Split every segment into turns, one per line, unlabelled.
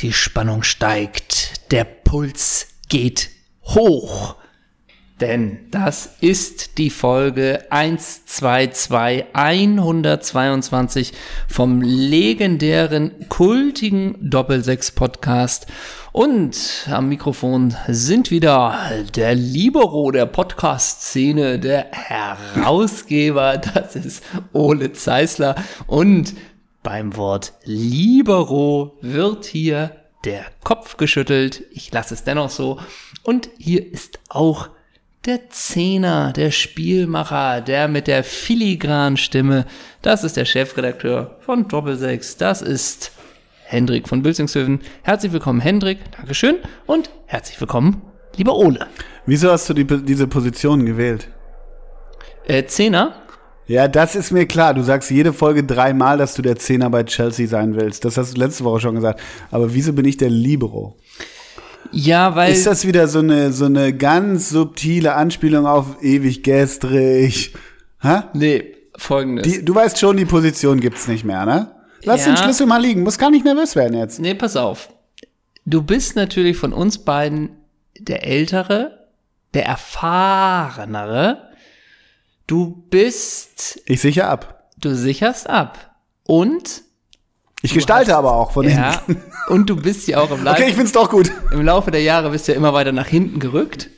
die Spannung steigt, der Puls geht hoch. Denn das ist die Folge 122 122 vom legendären, kultigen Doppelsechs-Podcast. Und am Mikrofon sind wieder der Libero der Podcast-Szene, der Herausgeber, das ist Ole Zeisler. Und beim Wort Libero wird hier der Kopf geschüttelt. Ich lasse es dennoch so. Und hier ist auch der Zehner, der Spielmacher, der mit der filigranen Stimme. Das ist der Chefredakteur von Doppelsechs. Das ist Hendrik von Bülzingshöfen. Herzlich willkommen, Hendrik. Dankeschön. Und herzlich willkommen, lieber Ole.
Wieso hast du die, diese Position gewählt?
Äh, Zehner?
Ja, das ist mir klar. Du sagst jede Folge dreimal, dass du der Zehner bei Chelsea sein willst. Das hast du letzte Woche schon gesagt. Aber wieso bin ich der Libero?
Ja, weil.
Ist das wieder so eine, so eine ganz subtile Anspielung auf ewig gestrig? Hä?
Nee, folgendes.
Die, du weißt schon, die Position gibt's nicht mehr, ne? Lass
Ja.
den Schlüssel mal liegen. Muss gar nicht nervös werden jetzt.
Nee, pass auf. Du bist natürlich von uns beiden der Ältere, der Erfahrenere. Du bist,
Ich sichere ab.
du sicherst ab. Und,
Ich gestalte aber auch von
ja,
hinten.
und du bist ja auch im, Lauf,
Okay, ich find's doch gut.
im Laufe der Jahre bist du ja immer weiter nach hinten gerückt.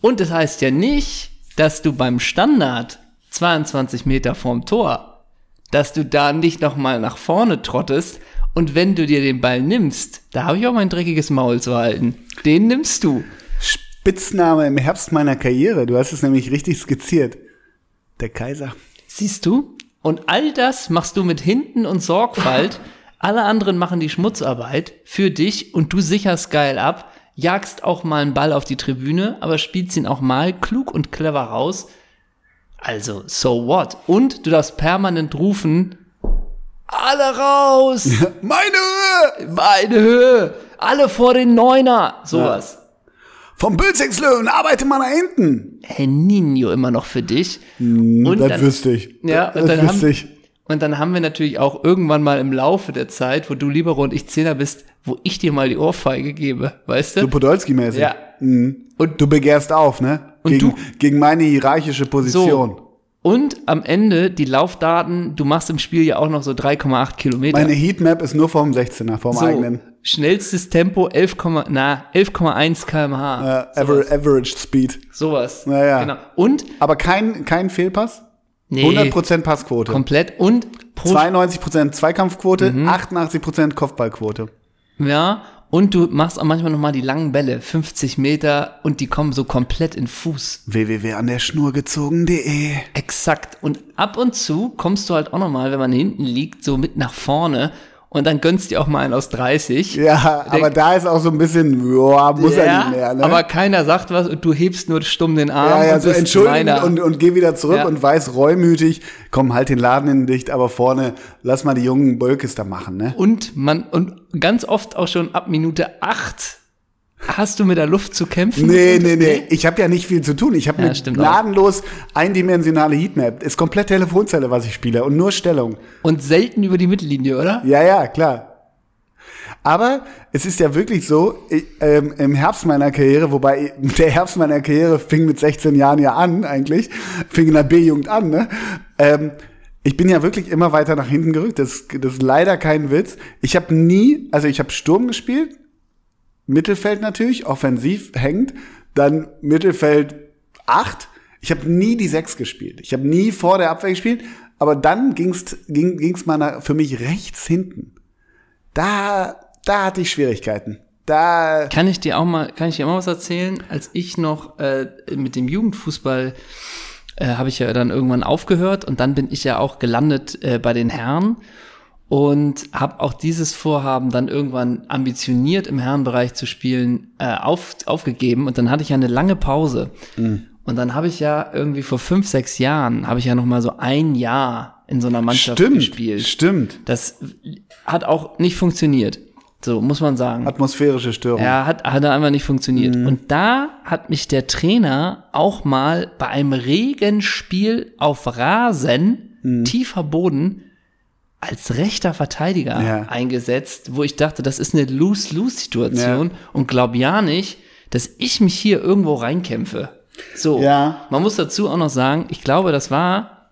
Und das heißt ja nicht, dass du beim Standard 22 Meter vorm Tor, dass du da nicht nochmal nach vorne trottest. Und wenn du dir den Ball nimmst, da habe ich auch mein dreckiges Maul zu halten. Den nimmst du.
Spitzname im Herbst meiner Karriere. Du hast es nämlich richtig skizziert. Der Kaiser.
Siehst du? Und all das machst du mit Hinten und Sorgfalt. Alle anderen machen die Schmutzarbeit für dich und du sicherst geil ab, jagst auch mal einen Ball auf die Tribüne, aber spielst ihn auch mal klug und clever raus. Also, so what? Und du darfst permanent rufen, alle raus!
Meine Höhe!
Meine Höhe! Alle vor den Neuner! Sowas.
Vom Bülzingslöwen arbeite mal nach hinten.
Herr Nino immer noch für dich. Und
Hm, das
dann-
wüsste ich.
Ja,
das
und dann haben-
wüsste ich.
Und dann haben wir natürlich auch irgendwann mal im Laufe der Zeit, wo du Libero und ich Zehner bist, wo ich dir mal die Ohrfeige gebe, weißt
So
du?
Podolski-mäßig.
Ja.
Mhm.
Und-
Und du begehrst auf, ne?
Und
gegen,
du-
gegen meine hierarchische Position.
Und am Ende die Laufdaten, du machst im Spiel ja auch noch so 3,8 Kilometer.
Meine Heatmap ist nur vorm 16er, vorm eigenen.
Schnellstes Tempo 11, na, 11,1
Äh,
kmh.
aver average Speed.
Sowas.
Ja, ja.
Genau. Und,
Aber kein, kein Fehlpass.
nee,
100% Passquote.
komplett. Und pro
92% Zweikampfquote,
Mhm.
88% Kopfballquote.
Ja, und du machst auch manchmal nochmal die langen Bälle, 50 Meter, und die kommen so komplett in Fuß.
www an der Schnur gezogen.de.
Exakt. Und ab und zu kommst du halt auch nochmal, wenn man hinten liegt, so mit nach vorne und dann gönnst dir auch mal einen aus 30.
Ja, aber da ist auch so ein bisschen, boah, muss er
Ja,
nicht mehr, ne?
Aber keiner sagt was und du hebst nur stumm den Arm.
ja, ja,
und
so
bist
entschuldigend
meiner.
und, und geh wieder zurück
Ja.
und weiß reumütig, komm, halt den Laden in dicht, aber vorne, lass mal die jungen Bölkes da machen, ne?
Und man, und ganz oft auch schon ab Minute 8 hast du mit der Luft zu kämpfen.
Nee, nee, nee, ich habe ja nicht viel zu tun. Ich habe
Ja,
eine
stimmt auch.
gnadenlos eindimensionale Heatmap. Ist komplett Telefonzelle, was ich spiele und nur Stellung.
Und selten über die Mittellinie, oder?
Ja, ja, klar. Aber es ist ja wirklich so, ich, ähm, im Herbst meiner Karriere, wobei der Herbst meiner Karriere fing mit 16 Jahren ja an, eigentlich, fing in der B-Jugend an, ne? Ähm, ich bin ja wirklich immer weiter nach hinten gerückt. Das, das ist leider kein Witz. Ich habe nie, also ich habe Sturm gespielt, Mittelfeld natürlich, offensiv hängend, dann Mittelfeld 8. Ich habe nie die 6 gespielt. Ich habe nie vor der Abwehr gespielt, aber dann ging's, ging ging's mal nach, für mich rechts hinten. Da, da hatte ich Schwierigkeiten. Da
Kann ich dir auch mal, kann ich dir mal was erzählen? Als ich noch äh, mit dem Jugendfußball äh, habe ich ja dann irgendwann aufgehört und dann bin ich ja auch gelandet äh, bei den Herren und habe auch dieses Vorhaben dann irgendwann ambitioniert im Herrenbereich zu spielen äh, auf, aufgegeben und dann hatte ich ja eine lange Pause und dann habe ich ja irgendwie vor fünf sechs Jahren habe ich ja noch mal so ein Jahr in so einer Mannschaft
stimmt,
gespielt.
stimmt.
Das hat auch nicht funktioniert. So muss man sagen.
Atmosphärische Störung.
Ja, hat, hat einfach nicht funktioniert.
Mhm.
Und da hat mich der Trainer auch mal bei
Mhm.
einem Regenspiel auf Rasen, tiefer Boden, als rechter Verteidiger
Ja.
eingesetzt, wo ich dachte, das ist eine Lose-Lose-Situation und glaub ja nicht, dass ich mich hier irgendwo reinkämpfe. So,
Ja.
man muss dazu auch noch sagen, ich glaube, das war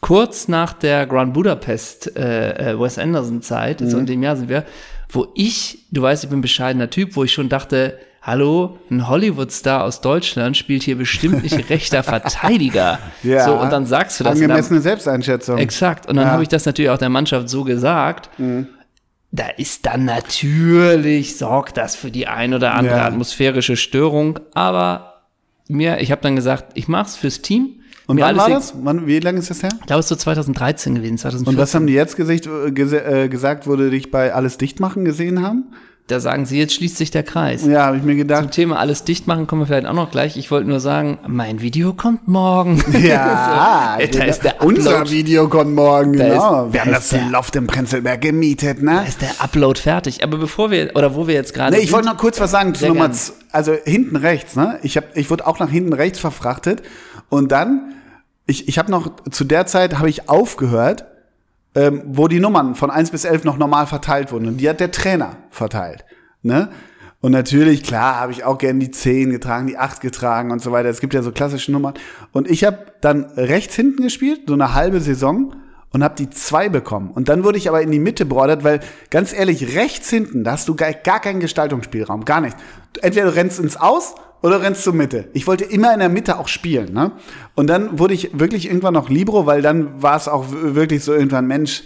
kurz nach der Grand Budapest äh, äh, Wes Anderson Zeit, so
Mhm.
in dem Jahr sind wir, wo ich, du weißt, ich bin ein bescheidener Typ, wo ich schon dachte, hallo, ein Hollywood-Star aus Deutschland spielt hier bestimmt nicht rechter Verteidiger.
Ja.
So, und dann sagst du das. ne? und dann-
Angemessene Selbsteinschätzung.
Exakt. Und dann
Ja. Mhm.
habe ich das natürlich auch der Mannschaft so gesagt. Da ist dann natürlich, sorgt das für die ein oder andere
Ja.
atmosphärische Störung. Aber mir, ich habe dann gesagt, ich mach's fürs Team.
Und
mir
wann
alles
war
egal.
das? Wann, wie lange ist das her?
Ich glaube, es ist so 2013 gewesen, 2014.
Und was haben die jetzt gesicht, gese- äh, gesagt, wo die dich bei Alles dicht machen gesehen haben?
da sagen sie, jetzt schließt sich der Kreis.
Ja, habe ich mir
Zum
gedacht.
Thema alles dicht machen kommen wir vielleicht auch noch gleich. Ich wollte nur sagen, mein Video kommt morgen.
Ja,
so, da ist der
unser
Upload,
Video kommt morgen,
Da ist-
genau.
da
wir haben
ist
das
der-
Loft im Prenzlberg gemietet, ne?
da ist der Upload fertig. Aber bevor wir, oder wo wir jetzt gerade
Nee, ich
sind-
wollte noch kurz was sagen zu
Sehr
Nummer
gerne.
z- Also hinten rechts, ne? Ich, hab, ich wurde auch nach hinten rechts verfrachtet. Und dann, ich, ich habe noch, zu der Zeit habe ich aufgehört, ähm, wo die Nummern von 1 bis 11 noch normal verteilt wurden. Und die hat der Trainer verteilt. Ne? Und natürlich, klar, habe ich auch gerne die 10 getragen, die 8 getragen und so weiter. Es gibt ja so klassische Nummern. Und ich habe dann rechts hinten gespielt, so eine halbe Saison, und habe die 2 bekommen. Und dann wurde ich aber in die Mitte beordert, weil ganz ehrlich, rechts hinten, da hast du gar, gar keinen Gestaltungsspielraum, gar nicht. Entweder du rennst ins Aus oder rennst zur Mitte. Ich wollte immer in der Mitte auch spielen. Ne? Und dann wurde ich wirklich irgendwann noch Libro, weil dann war es auch w- wirklich so irgendwann, Mensch,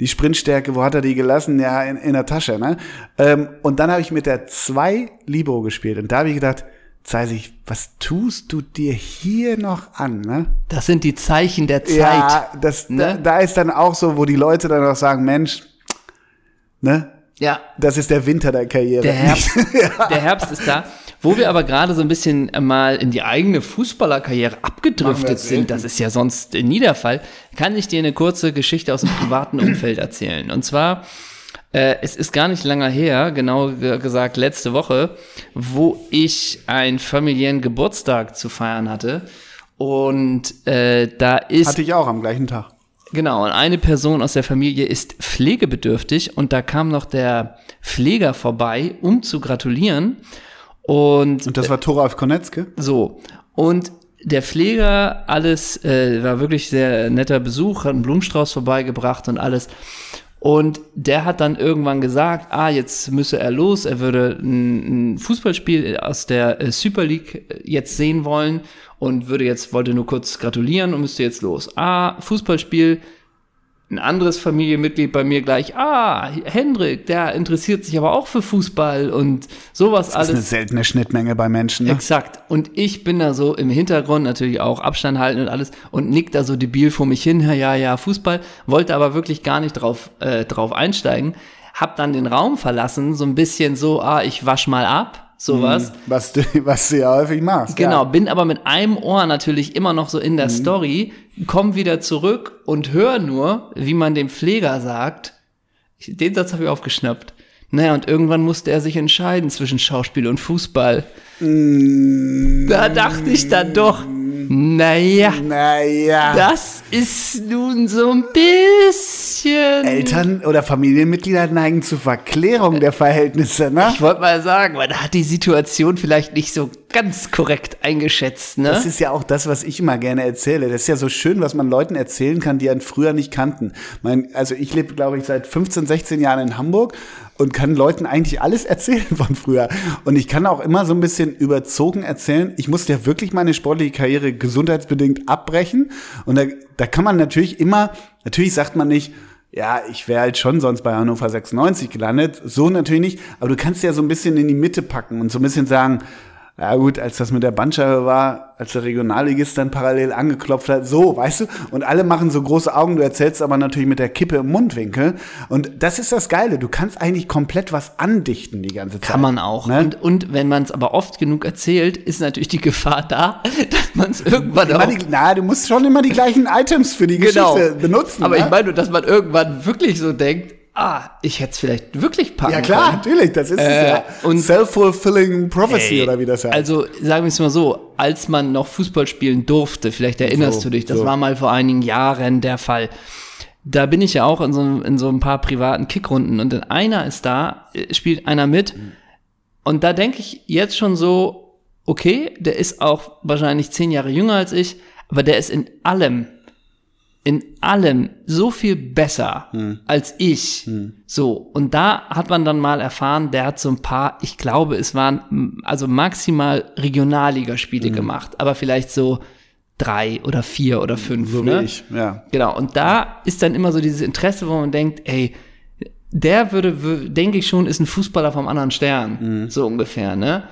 die Sprintstärke, wo hat er die gelassen? Ja, in, in der Tasche. Ne? Ähm, und dann habe ich mit der 2 Libro gespielt. Und da habe ich gedacht, Zeisig, was tust du dir hier noch an? Ne?
Das sind die Zeichen der Zeit.
Ja, das, da,
ne?
da ist dann auch so, wo die Leute dann auch sagen, Mensch, ne?
ja.
Das ist der Winter der Karriere.
Der Herbst, der Herbst ist da. Wo wir aber gerade so ein bisschen äh, mal in die eigene Fußballerkarriere
Machen wir
abgedriftet
jetzt
sind, das ist ja sonst nie der Fall, kann ich dir eine kurze Geschichte aus dem privaten Umfeld erzählen. Und zwar, äh, es ist gar nicht lange her, genau ge- gesagt letzte Woche, wo ich einen familiären Geburtstag zu feiern hatte. Und äh, da ist
Hatte ich auch am gleichen Tag.
Genau, und eine Person aus der Familie ist pflegebedürftig und da kam noch der Pfleger vorbei, um zu gratulieren. Und
Und das war Thoralf Konetzke.
so. Und der Pfleger, alles, äh, war wirklich sehr netter Besuch, hat einen Blumenstrauß vorbeigebracht und alles. Und der hat dann irgendwann gesagt, ah, jetzt müsse er los, er würde ein, ein Fußballspiel aus der äh, Super League äh, jetzt sehen wollen und würde jetzt, wollte nur kurz gratulieren und müsste jetzt los. Ah, Fußballspiel, ein anderes Familienmitglied bei mir gleich, ah, Hendrik, der interessiert sich aber auch für Fußball und sowas
Das
alles.
ist eine seltene Schnittmenge bei Menschen. Ne?
Exakt. Und ich bin da so im Hintergrund natürlich auch Abstand halten und alles und nick da so debil vor mich hin, ja, ja, ja, Fußball, wollte aber wirklich gar nicht drauf, äh, drauf einsteigen. Hab dann den Raum verlassen, so ein bisschen so, ah, ich wasch mal ab, sowas.
Was du, was du ja häufig machst.
Genau,
Ja.
bin aber mit einem Ohr natürlich immer noch so in der Story, komm wieder zurück und hör nur, wie man dem Pfleger sagt. Ich, den Satz habe ich aufgeschnappt. Naja, und irgendwann musste er sich entscheiden zwischen Schauspiel und Fußball. Da dachte ich dann doch, naja,
Naja.
das ist nun so ein bisschen.
Eltern oder Familienmitglieder neigen zur Verklärung der Verhältnisse, ne?
Ich wollte mal sagen, man hat die Situation vielleicht nicht so ganz korrekt eingeschätzt, ne?
Das ist ja auch das, was ich immer gerne erzähle. Das ist ja so schön, was man Leuten erzählen kann, die einen früher nicht kannten. Mein, also ich lebe, glaube ich, seit 15, 16 Jahren in Hamburg und kann Leuten eigentlich alles erzählen von früher. Und ich kann auch immer so ein bisschen überzogen erzählen. Ich musste ja wirklich meine sportliche Karriere gesundheitsbedingt abbrechen. Und da, da kann man natürlich immer, natürlich sagt man nicht, ja, ich wäre halt schon sonst bei Hannover 96 gelandet. So natürlich nicht. Aber du kannst ja so ein bisschen in die Mitte packen und so ein bisschen sagen, ja gut, als das mit der Bandscheibe war, als der Regionalligist dann parallel angeklopft hat, so, weißt du? Und alle machen so große Augen, du erzählst aber natürlich mit der Kippe im Mundwinkel. Und das ist das Geile, du kannst eigentlich komplett was andichten die ganze Zeit.
Kann man auch.
Ne?
Und, und wenn man es aber oft genug erzählt, ist natürlich die Gefahr da, dass man es irgendwann
Immer
auch. Genau.
die, na, du musst schon immer die gleichen Items für die Geschichte benutzen.
Aber
ne?
ich meine, nur, dass man irgendwann wirklich so denkt, ah, ich hätte es vielleicht wirklich packen
ja klar,
können.
natürlich, das ist
Äh,
es ja.
und-
Self-fulfilling Prophecy
Ey,
oder wie das heißt.
Also sagen wir es mal so, als man noch Fußball spielen durfte, vielleicht erinnerst
So,
du dich, das
so.
war mal vor einigen Jahren der Fall. da bin ich ja auch in so, in so ein paar privaten Kickrunden und in einer ist da, äh, spielt einer mit. Und da denke ich jetzt schon so, okay, der ist auch wahrscheinlich zehn Jahre jünger als ich, aber der ist in allem, in allem so viel besser
Hm.
als ich. So. Und da hat man dann mal erfahren, der hat so ein paar, ich glaube, es waren m, also maximal Regionalligaspiele
Hm.
gemacht, aber vielleicht so drei oder vier oder fünf.
So
ne?
wie ich, ja.
Genau, und da ist dann immer so dieses Interesse, wo man denkt, ey, der würde, wür- denke ich schon, ist ein Fußballer vom anderen
Mhm.
Stern, so ungefähr, ne?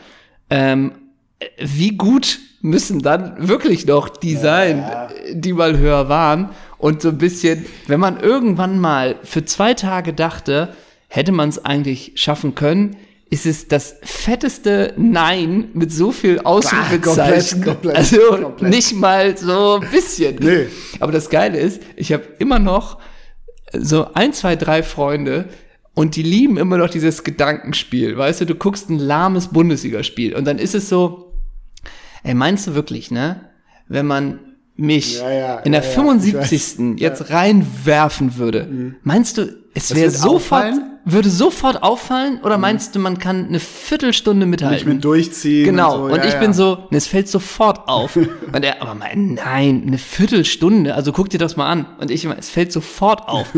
Ähm, äh, wie gut müssen dann wirklich noch die sein, äh, die mal höher waren? Und so ein bisschen, wenn man irgendwann mal für zwei Tage dachte, hätte man es eigentlich schaffen können, ist es das fetteste Nein mit so viel Ausrufezeichen.
komplett,
also
komplett.
nicht mal so ein bisschen.
Nee.
Aber das Geile ist, ich habe immer noch äh, so ein, zwei, drei Freunde und die lieben immer noch dieses Gedankenspiel. Weißt du, du guckst ein lahmes Bundesligaspiel und dann ist es so, ey, meinst du wirklich, ne? Wenn man mich
Ja, ja,
in der
ja, ja, ich Mhm.
75. jetzt reinwerfen würde, meinst du, es wäre
wird
sofort,
auffallen?
würde sofort auffallen oder meinst du, man kann eine Viertelstunde mithalten?
Ich mit durchziehen.
Genau, und,
und, so, ja,
ich
ja.
bin so, ne, es fällt sofort auf. und er, aber mein, nein, eine Viertelstunde, also guck dir das mal an. Und ich immer, es fällt sofort auf.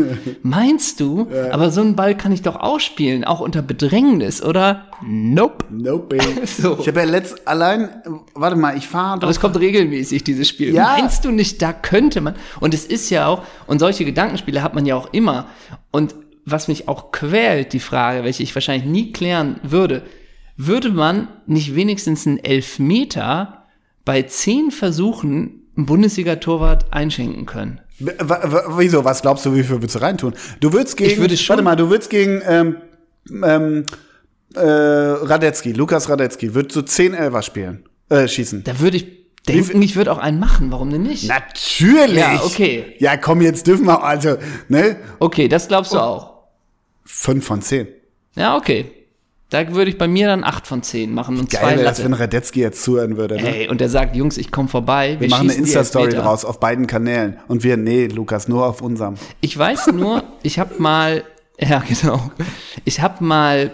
Meinst du, aber so einen Ball kann ich doch ausspielen, auch unter Bedrängnis, oder? Nope.
Nope.
So.
Ich habe ja letzt allein, äh, warte mal, ich fahre
Aber
doch.
es kommt regelmäßig, dieses Spiel.
Ja.
Meinst du nicht, da könnte man? Und es ist ja auch, und solche Gedankenspiele hat man ja auch immer. Und was mich auch quält, die Frage, welche ich wahrscheinlich nie klären würde, würde man nicht wenigstens einen Elfmeter bei zehn Versuchen einen Bundesliga-Torwart einschenken können?
W- w- Wieso? Was glaubst du, wie viel würdest du reintun? Du würdest gegen.
Ich würde schon-
warte mal, du würdest gegen ähm, ähm, äh, Radetzky, Lukas Radetzky, würdest so 10 Elfer spielen, äh, schießen.
Da würde ich denken, ich würde auch einen machen. Warum denn nicht?
Natürlich.
Ja, okay.
Ja, komm, jetzt dürfen wir, also, ne?
Okay, das glaubst du auch.
5 von 10.
Ja, okay. Da würde ich bei mir dann acht von zehn machen und zwei
Geil wäre das,
Latte.
wenn Radetzky jetzt zuhören würde. Ne?
Ey, und der sagt, Jungs, ich komme vorbei.
Wir machen eine
schießen die
Insta-Story
Elfmeter.
draus auf beiden Kanälen. Und wir, nee, Lukas, nur auf unserem.
Ich weiß nur, ich habe mal, ja genau, ich habe mal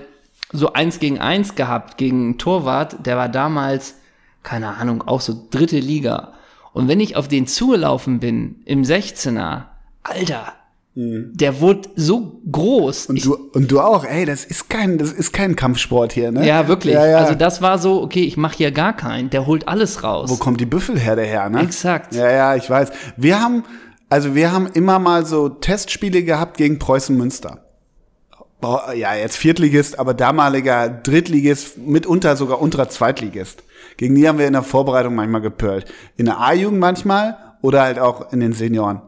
so eins gegen eins gehabt gegen einen Torwart, der war damals, keine Ahnung, auch so dritte Liga. Und wenn ich auf den zugelaufen bin im 16er, Alter, der wurde so groß.
Hm. Und,
ich,
du, und du auch, ey, das ist kein, das ist kein Kampfsport hier, ne?
ja, wirklich.
Ja, ja.
Also das war so, okay, ich mache hier gar keinen, der holt alles raus.
Wo kommt die Büffelherde her, ne?
Exakt.
Ja, ja, ich weiß. Wir haben, also wir haben immer mal so Testspiele gehabt gegen Preußen Münster. Oh, Ja, jetzt Viertligist, aber damaliger Drittligist, mitunter sogar unter Zweitligist. Gegen die haben wir in der Vorbereitung manchmal gepölt. In der A-Jugend manchmal oder halt auch in den Senioren.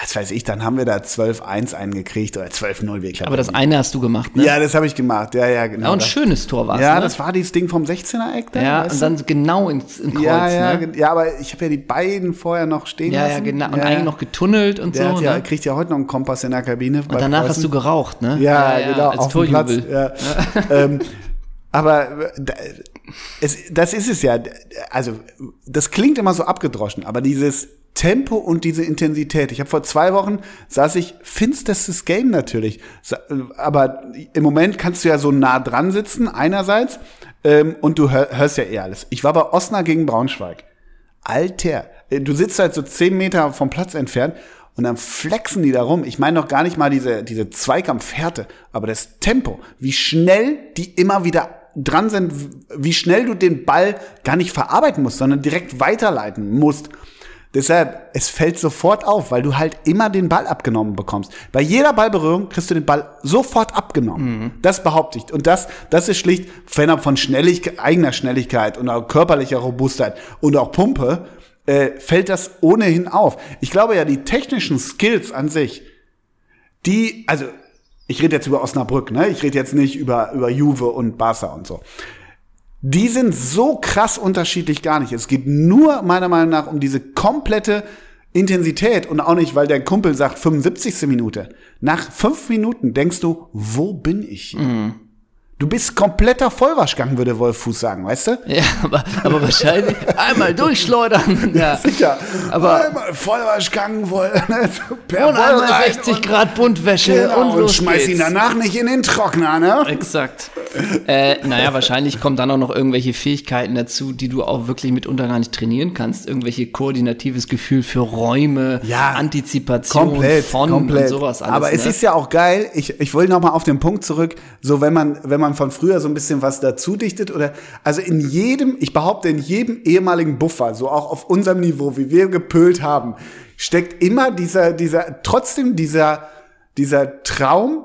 Was weiß ich, dann haben wir da 12-1 eingekriegt oder 12-0, wir
Aber das eine hast du gemacht, ne?
Ja, das habe ich gemacht. Ja, ja, genau.
Ja, und
das-
schönes Tor war's,
ja,
ne?
das war dieses Ding vom 16er-Eck. da,
ja,
weißt
und
du?
dann genau ins, ins Kreuz,
ja, ja,
ne?
ge- ja, aber ich habe ja die beiden vorher noch stehen
Ja,
lassen.
ja, genau. Und
Ja,
eigentlich noch getunnelt und
Der
so.
hat ja,
ne?
kriegt ja heute noch einen Kompass in der Kabine.
Und danach hast du geraucht, ne?
Ja, genau,
Als
auf dem Platz.
Torjubel.
Ja. ähm, aber äh, da, es, das ist es ja. Also, das klingt immer so abgedroschen, aber dieses Tempo und diese Intensität. Ich habe vor zwei Wochen saß ich finsterstes Game natürlich. Sa- äh, Aber im Moment kannst du ja so nah dran sitzen, einerseits, ähm, und du hör, hörst ja eh alles. Ich war bei Osnabrück gegen Braunschweig. Alter, äh, du sitzt halt so 10 Meter vom Platz entfernt und dann flexen die da rum. Ich meine noch gar nicht mal diese, diese Zweikampfhärte, aber das Tempo, wie schnell die immer wieder dran sind, w- wie schnell du den Ball gar nicht verarbeiten musst, sondern direkt weiterleiten musst. Deshalb, es fällt sofort auf, weil du halt immer den Ball abgenommen bekommst. Bei jeder Ballberührung kriegst du den Ball sofort abgenommen. Das behaupte ich. Und das, das ist schlicht Fan von Schnelligkeit, eigener Schnelligkeit und auch körperlicher Robustheit und auch Pumpe, äh, fällt das ohnehin auf. Ich glaube ja, die technischen Skills an sich, die, also ich rede jetzt über Osnabrück, ne? Ich rede jetzt nicht über, über Juve und Barca und so. Die sind so krass unterschiedlich gar nicht. Es geht nur meiner Meinung nach um diese komplette Intensität und auch nicht, weil dein Kumpel sagt
Mhm.
75. Minute. Nach fünf Minuten denkst du, wo bin ich? Du bist kompletter Vollwaschgang, würde Wolfuß sagen, weißt du?
Ja, aber, aber wahrscheinlich einmal durchschleudern. Ja.
Sicher.
Aber-
Einmal Vollwaschgang, voll, per
Und einmal
rein
60
und-
Grad Buntwäsche
Genau,
und
und,
los
schmeiß
geht's.
ihn danach nicht in den Trockner, ne?
Exakt. Äh, naja, wahrscheinlich kommen dann auch noch irgendwelche Fähigkeiten dazu, die du auch wirklich mitunter gar nicht trainieren kannst. Irgendwelche koordinatives Gefühl für Räume,
Ja,
Antizipation
Komplett,
von
komplett.
und sowas alles.
Aber es
ne?
ist ja auch geil. Ich, ich will noch mal auf den Punkt zurück. So, wenn man, wenn man von früher so ein bisschen was dazu dichtet oder, also in jedem, ich behaupte, in jedem ehemaligen Buffer, so auch auf unserem Niveau, wie wir gepölt haben, steckt immer dieser, dieser, trotzdem dieser, dieser Traum,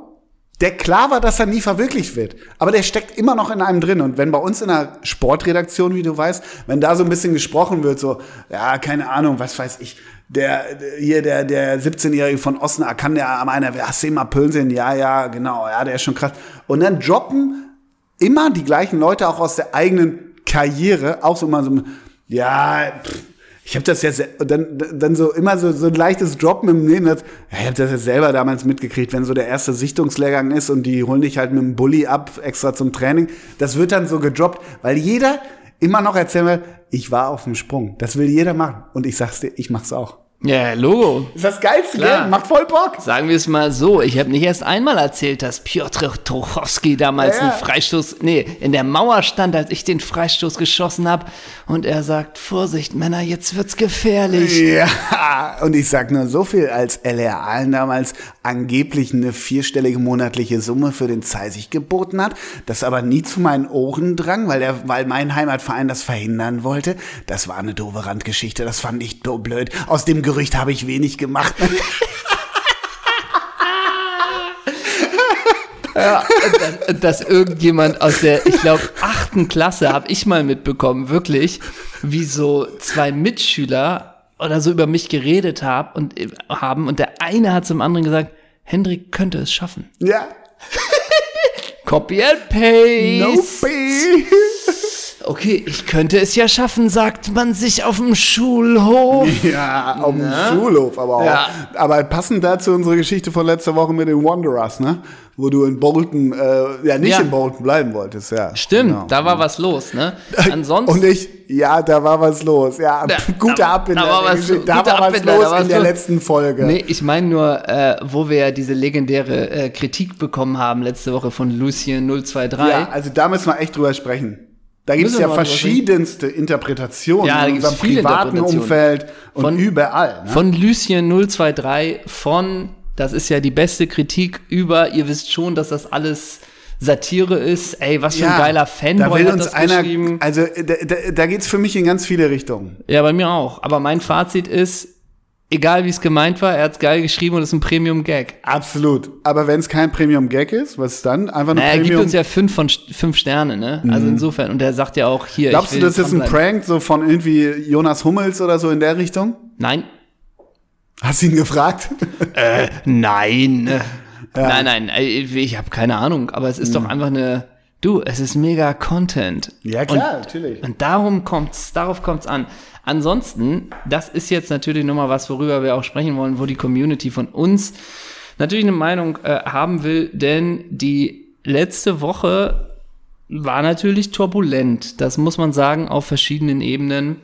der klar war, dass er nie verwirklicht wird. Aber der steckt immer noch in einem drin. Und wenn bei uns in der Sportredaktion, wie du weißt, wenn da so ein bisschen gesprochen wird, so, ja, keine Ahnung, was weiß ich, der, der- hier, der, der 17-Jährige von Osnabrück kann der am einer, hast du ihn mal Pöln sehen? Ja, ja, genau, ja, der ist schon krass. Und dann droppen immer die gleichen Leute auch aus der eigenen Karriere, auch so mal so, ja, pff, ich habe das ja, se- und dann, dann so immer so, so ein leichtes Droppen im Nebensatz. Ja, ich habe das ja selber damals mitgekriegt, wenn so der erste Sichtungslehrgang ist und die holen dich halt mit dem Bulli ab, extra zum Training. Das wird dann so gedroppt, weil jeder immer noch erzählen will, ich war auf dem Sprung. Das will jeder machen. Und ich sag's dir, ich mach's auch.
ja, Logo.
Ist das geilste,
Klar.
gell? Macht voll Bock.
Sagen wir es mal so, ich habe nicht erst einmal erzählt, dass Piotr Tuchowski damals
Ja, ja.
einen Freistoß, nee, in der Mauer stand, als ich den Freistoß geschossen habe. Und er sagt, Vorsicht Männer, jetzt wird's gefährlich.
Ja, und ich sag nur so viel, als LR Allen damals angeblich eine vierstellige monatliche Summe für den Zeisig geboten hat, das aber nie zu meinen Ohren drang, weil, der, weil mein Heimatverein das verhindern wollte. Das war eine doofe Randgeschichte, das fand ich so blöd. Aus dem Gerücht habe ich wenig gemacht.
dass, dass irgendjemand aus der, ich glaube, achten Klasse habe ich mal mitbekommen, wirklich, wie so zwei Mitschüler oder so über mich geredet hab und, äh, haben und der eine hat zum anderen gesagt, Hendrik könnte es schaffen.
ja,
Copy and paste.
nope.
Okay, ich könnte es ja schaffen, sagt man sich auf dem Schulhof.
Ja, auf dem Schulhof, aber auch.
Ja.
Aber passend dazu unsere Geschichte von letzter Woche mit den Wanderers, ne? Wo du in Bolton, äh, ja, nicht
Ja.
in Bolton bleiben wolltest, ja.
Stimmt,
Genau.
da war was los, ne? Ansonsten
Und ich, ja, da war was los. Ja,
Ja,
guter
da-
Abbinder.
da war
der
was-
Geschichte. da
guter
war was
Abbinder,
los
da war
in
was
der
los.
letzten Folge.
Nee, ich meine nur, äh, wo wir ja diese legendäre äh, Kritik bekommen haben letzte Woche von Lucien 023.
Ja, also da müssen wir echt drüber sprechen. Da gibt es
Müssen
ja
wir mal drüber sprechen.
verschiedenste Interpretationen
Ja, da
in
gibt's
unserem
viele
privaten
Interpretationen.
Umfeld und
Von-
überall. Ne?
Von Lucien 023 von, das ist ja die beste Kritik über, ihr wisst schon, dass das alles Satire ist. Ey, was für ein geiler Fanboy
da will
hat
uns
das
einer,
geschrieben.
Also da, da, da geht es für mich in ganz viele Richtungen.
Ja, bei mir auch. Aber mein Fazit ist, egal wie es gemeint war, er hat's geil geschrieben und ist ein Premium-Gag.
Absolut. Aber wenn es kein Premium-Gag ist, was dann? Einfach nur
Naja, Äh, er gibt
Premium. Mhm.
uns ja fünf von St- fünf Sterne, ne? Also insofern, und er sagt ja auch hier.
Glaubst
ich
du,
will
das ist ein
dranbleiben.
Prank so von irgendwie Jonas Hummels oder so in der Richtung?
Nein.
Hast du ihn gefragt?
Nein. Nein, nein, äh, ich habe keine Ahnung, aber es ist
Mhm.
doch einfach eine. Du, es ist mega Content. Und
natürlich.
Und darum kommt's, darauf kommt's an. Ansonsten, das ist jetzt natürlich nochmal was, worüber wir auch sprechen wollen, wo die Community von uns natürlich eine Meinung äh, haben will, denn die letzte Woche war natürlich turbulent. Das muss man sagen, auf verschiedenen Ebenen.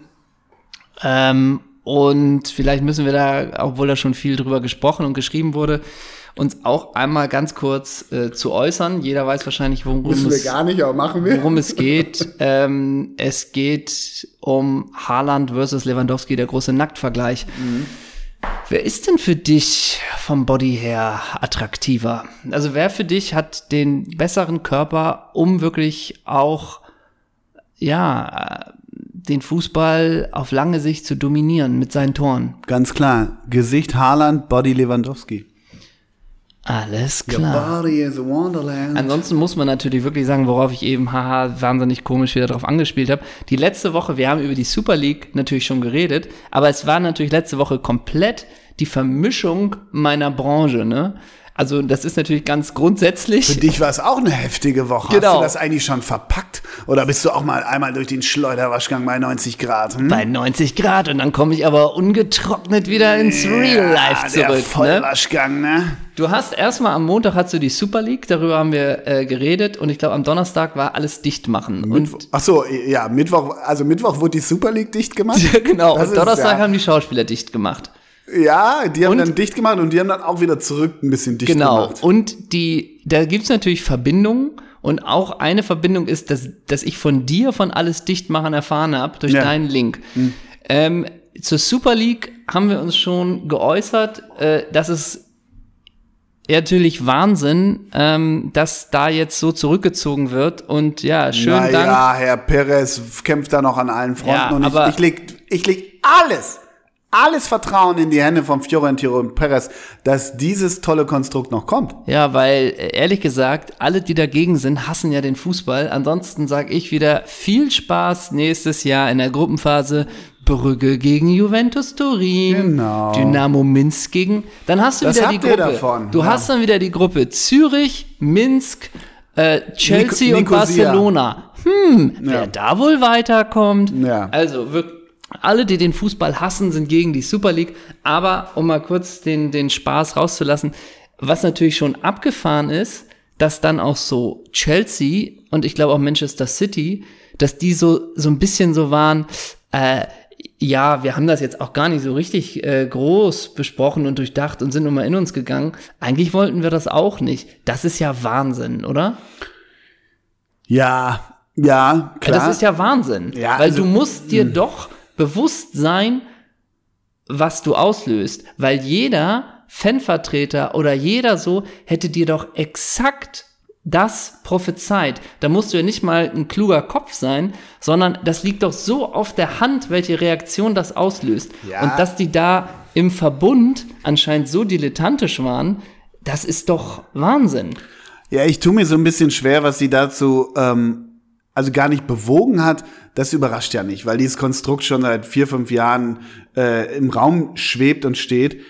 Ähm, und vielleicht müssen wir da, obwohl da schon viel drüber gesprochen und geschrieben wurde, uns auch einmal ganz kurz äh, zu äußern. Jeder weiß wahrscheinlich, worum
Müssen wir
es
gar nicht, aber machen wir.
worum es geht. ähm, es geht um Haaland versus Lewandowski, der große Nacktvergleich. Wer ist denn für dich vom Body her attraktiver? Also wer für dich hat den besseren Körper, um wirklich auch ja äh, den Fußball auf lange Sicht zu dominieren mit seinen Toren?
Ganz klar. Gesicht Haaland, Body Lewandowski.
Alles klar.
Body is a wonderland.
Ansonsten muss man natürlich wirklich sagen, worauf ich eben haha wahnsinnig komisch wieder drauf angespielt habe. Die letzte Woche, wir haben über die Super League natürlich schon geredet, aber es war natürlich letzte Woche komplett die Vermischung meiner Branche, ne? Also das ist natürlich ganz grundsätzlich.
Für dich ne? war es auch eine heftige Woche.
Genau.
Hast du das eigentlich schon verpackt? Oder bist du auch mal einmal durch den Schleuderwaschgang bei 90 Grad? Hm?
bei 90 Grad und dann komme ich aber ungetrocknet wieder ins Real Life
Ja, der
zurück. Ne?
Vollwaschgang, ne?
Du hast erstmal am Montag hast du die Super League, darüber haben wir äh, geredet und ich glaube am Donnerstag war alles dicht machen. Und
Ach so, ja, Mittwoch, also Mittwoch wurde die Super League dicht gemacht.
Ja, genau,
Das
und
ist
Donnerstag
ja-
haben die Schauspieler dicht gemacht.
Ja, die haben
Und-
dann dicht gemacht und die haben dann auch wieder zurück ein bisschen dicht
Genau.
gemacht.
Und die, da gibt's natürlich Verbindungen. Und auch eine Verbindung ist, dass, dass ich von dir von alles Dichtmachen erfahren habe durch
Ja. Hm.
deinen Link. Ähm, zur Super League haben wir uns schon geäußert, äh, dass es ja, natürlich Wahnsinn, ähm, dass da jetzt so zurückgezogen wird. Und ja, schönen
Na
Dank.
ja, Herr Perez kämpft da noch an allen Fronten
Ja,
und ich,
aber-
ich leg, ich leg alles, alles Vertrauen in die Hände von Fiorentino und Perez, dass dieses tolle Konstrukt noch kommt.
Ja, weil äh, ehrlich gesagt, alle, die dagegen sind, hassen ja den Fußball. Ansonsten sage ich wieder viel Spaß nächstes Jahr in der Gruppenphase. Brügge gegen Juventus Turin.
Genau.
Dynamo Minsk gegen. Dann hast du
Das
wieder die
habt
Gruppe.
ihr davon,
Du
ja.
hast dann wieder die Gruppe Zürich, Minsk, äh, Chelsea
Nico-
und
Nicosia.
Barcelona. Hm, wer da wohl weiterkommt.
Ja.
Also wirklich. Alle, die den Fußball hassen, sind gegen die Super League. Aber um mal kurz den, den Spaß rauszulassen, was natürlich schon abgefahren ist, dass dann auch so Chelsea und ich glaube auch Manchester City, dass die so, so ein bisschen so waren, äh, ja, wir haben das jetzt auch gar nicht so richtig äh, groß besprochen und durchdacht und sind nur mal in uns gegangen. Eigentlich wollten wir das auch nicht. Das ist ja Wahnsinn, oder?
Ja, ja, klar.
Das ist ja Wahnsinn.
Ja,
weil
also-
du musst dir doch bewusst sein, was du auslöst. Weil jeder Fanvertreter oder jeder so hätte dir doch exakt das prophezeit. Da musst du ja nicht mal ein kluger Kopf sein, sondern das liegt doch so auf der Hand, welche Reaktion das auslöst.
Ja.
Und dass die da im Verbund anscheinend so dilettantisch waren, das ist doch Wahnsinn.
Ja, ich tue mir so ein bisschen schwer, was sie dazu ähm, also gar nicht bewogen hat. Das überrascht ja nicht, weil dieses Konstrukt schon seit vier, fünf Jahren äh, im Raum schwebt und steht.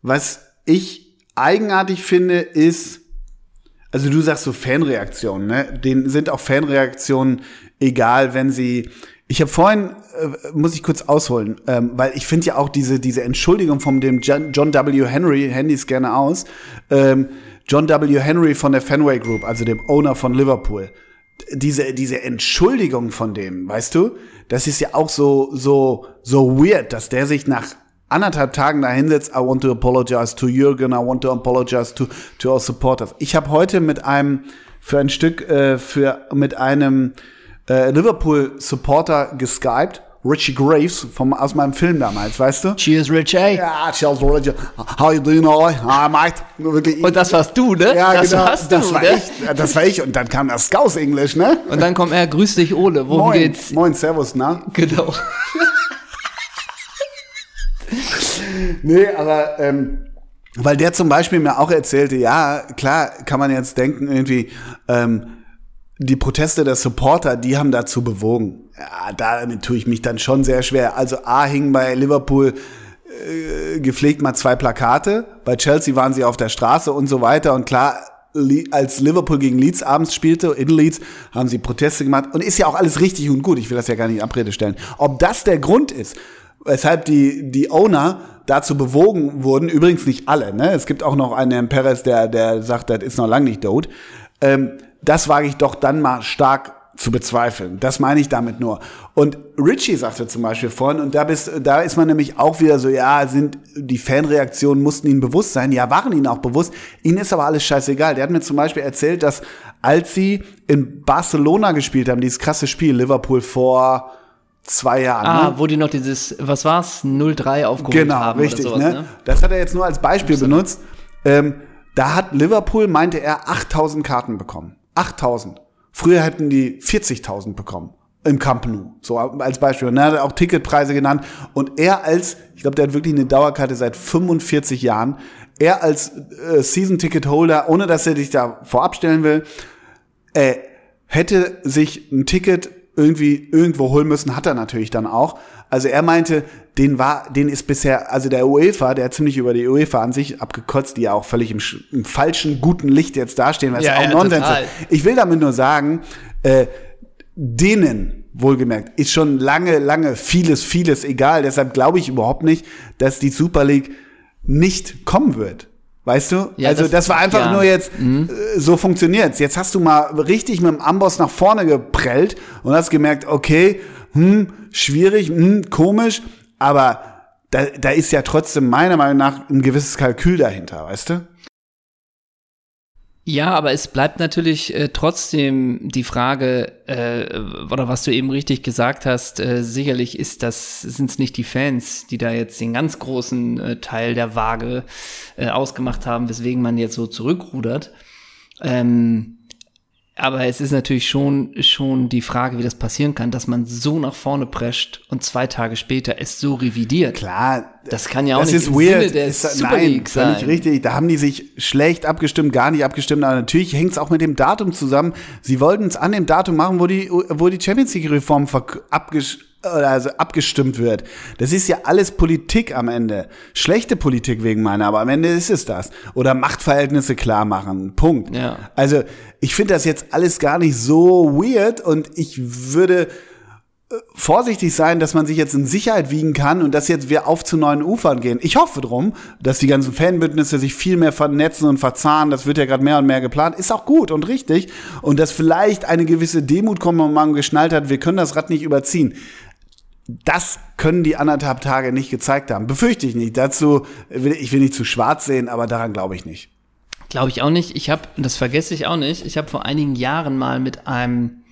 Was ich eigenartig finde, ist, also du sagst so Fanreaktionen, ne? Denen sind auch Fanreaktionen egal, wenn sie. Ich habe vorhin, äh, muss ich kurz ausholen, ähm, weil ich finde ja auch diese, diese Entschuldigung von dem John, John W. Henry, Handys gerne aus, ähm, John W. Henry von der Fenway Group, also dem Owner von Liverpool. D- Diese, diese Entschuldigung von dem, weißt du, das ist ja auch so, so, so weird, dass der sich nach anderthalb Tagen da hinsetzt, I want to apologize to Jürgen, I want to apologize to, to our supporters. Ich habe heute mit einem, für ein Stück, äh, für, mit einem äh, Liverpool-Supporter geskypt, Richie Graves vom, aus meinem Film damals, weißt du?
Cheers, Rich A.
Ja, Charles Roger, how you doing, all right? Ah, mate. Wirklich,
Und das warst du, ne?
ja,
das
genau,
warst du,
das war
ne?
ich, das war ich. Und dann kam das Scouse-Englisch, ne?
Und dann kommt er, grüß dich Ole, worum
Moin,
geht's?
moin, servus, na?
Genau.
Nee, aber ähm, weil der zum Beispiel mir auch erzählte, ja, klar, kann man jetzt denken, irgendwie, ähm, die Proteste der Supporter, die haben dazu bewogen. Ja, damit tue ich mich dann schon sehr schwer. Also A hing bei Liverpool äh, gepflegt mal zwei Plakate, bei Chelsea waren sie auf der Straße und so weiter. Und klar, Li- als Liverpool gegen Leeds abends spielte, in Leeds, haben sie Proteste gemacht. Und ist ja auch alles richtig und gut, ich will das ja gar nicht in Abrede stellen. Ob das der Grund ist, weshalb die, die Owner dazu bewogen wurden, übrigens nicht alle, ne? es gibt auch noch einen Herrn Perez, der, der sagt, das ist noch lange nicht tot, ähm, das wage ich doch dann mal stark zu bezweifeln. Das meine ich damit nur. Und Richie sagte zum Beispiel vorhin, und da, bist, da ist man nämlich auch wieder so, ja, sind die Fanreaktionen mussten ihnen bewusst sein, ja, waren ihnen auch bewusst, ihnen ist aber alles scheißegal. Der hat mir zum Beispiel erzählt, dass als sie in Barcelona gespielt haben, dieses krasse Spiel, Liverpool vor zwei Jahren, ne?
Ah, wo die noch dieses, was war's, 03 aufgeholt haben
richtig,
oder
ne?
sowas, ne?
Das hat er jetzt nur als Beispiel benutzt. Ähm, da hat Liverpool, meinte er, 8000 Karten bekommen. 8000. Früher hätten die 40.000 bekommen. Im Camp Nou, so als Beispiel. Und er hat auch Ticketpreise genannt. Und er als, ich glaube, der hat wirklich eine Dauerkarte seit 45 Jahren. Er als äh, Season-Ticket-Holder, ohne dass er dich da vorab stellen will, hätte sich ein Ticket irgendwie irgendwo holen müssen, hat er natürlich dann auch. Also er meinte, den war, den ist bisher, also der UEFA, der hat ziemlich über die UEFA an sich abgekotzt, die ja auch völlig im, sch- im falschen, guten Licht jetzt dastehen, weil
Ja,
es
ja,
auch Nonsens
total.
ist. Ich will damit nur sagen, äh, denen, wohlgemerkt, ist schon lange, lange vieles, vieles egal. Deshalb glaube ich überhaupt nicht, dass die Super League nicht kommen wird. Weißt du?
Ja,
also das,
das-
war einfach
ja.
nur jetzt, äh, so funktioniert's. Jetzt hast du mal richtig mit dem Amboss nach vorne geprellt und hast gemerkt, okay, hm, schwierig, hm, komisch, aber da, da ist ja trotzdem meiner Meinung nach ein gewisses Kalkül dahinter, weißt du?
Ja, aber es bleibt natürlich äh, trotzdem die Frage, äh, oder was du eben richtig gesagt hast, äh, sicherlich ist das, sind es nicht die Fans, die da jetzt den ganz großen äh, Teil der Waage äh, ausgemacht haben, weswegen man jetzt so zurückrudert. Ähm, aber es ist natürlich schon, schon die Frage, wie das passieren kann, dass man so nach vorne prescht und zwei Tage später es so revidiert.
Klar,
Das kann ja auch
das
nicht
ist
im
weird.
Sinne der
ist,
Super
nein,
League
ist ja nicht
sein.
richtig. Da haben die sich schlecht abgestimmt, gar nicht abgestimmt. Aber natürlich hängt es auch mit dem Datum zusammen. Sie wollten es an dem Datum machen, wo die, wo die Champions League Reform verk- abgesch oder also abgestimmt wird. Das ist ja alles Politik am Ende. Schlechte Politik wegen meiner, aber am Ende ist es das. Oder Machtverhältnisse klar machen. Punkt.
Ja.
Also ich finde das jetzt alles gar nicht so weird und ich würde vorsichtig sein, dass man sich jetzt in Sicherheit wiegen kann und dass jetzt wir auf zu neuen Ufern gehen. Ich hoffe drum, dass die ganzen Fanbündnisse sich viel mehr vernetzen und verzahnen. Das wird ja gerade mehr und mehr geplant. Ist auch gut und richtig. Und dass vielleicht eine gewisse Demut kommt und man geschnallt hat, wir können das Rad nicht überziehen. Das können die anderthalb Tage nicht gezeigt haben. Befürchte ich nicht. Dazu will ich will nicht zu schwarz sehen, aber daran glaube ich nicht.
Glaube ich auch nicht. Ich habe, das vergesse ich auch nicht, ich habe vor einigen Jahren mal mit einem,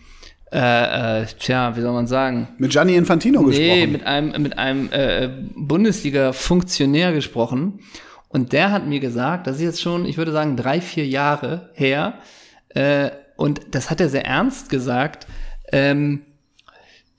äh, äh, tja, wie soll man sagen?
Mit Gianni Infantino
Nee,
gesprochen.
mit einem, mit einem äh, äh, Bundesliga-Funktionär gesprochen. Und der hat mir gesagt, das ist jetzt schon, ich würde sagen, drei, vier Jahre her. Äh, und das hat er sehr ernst gesagt. Ähm,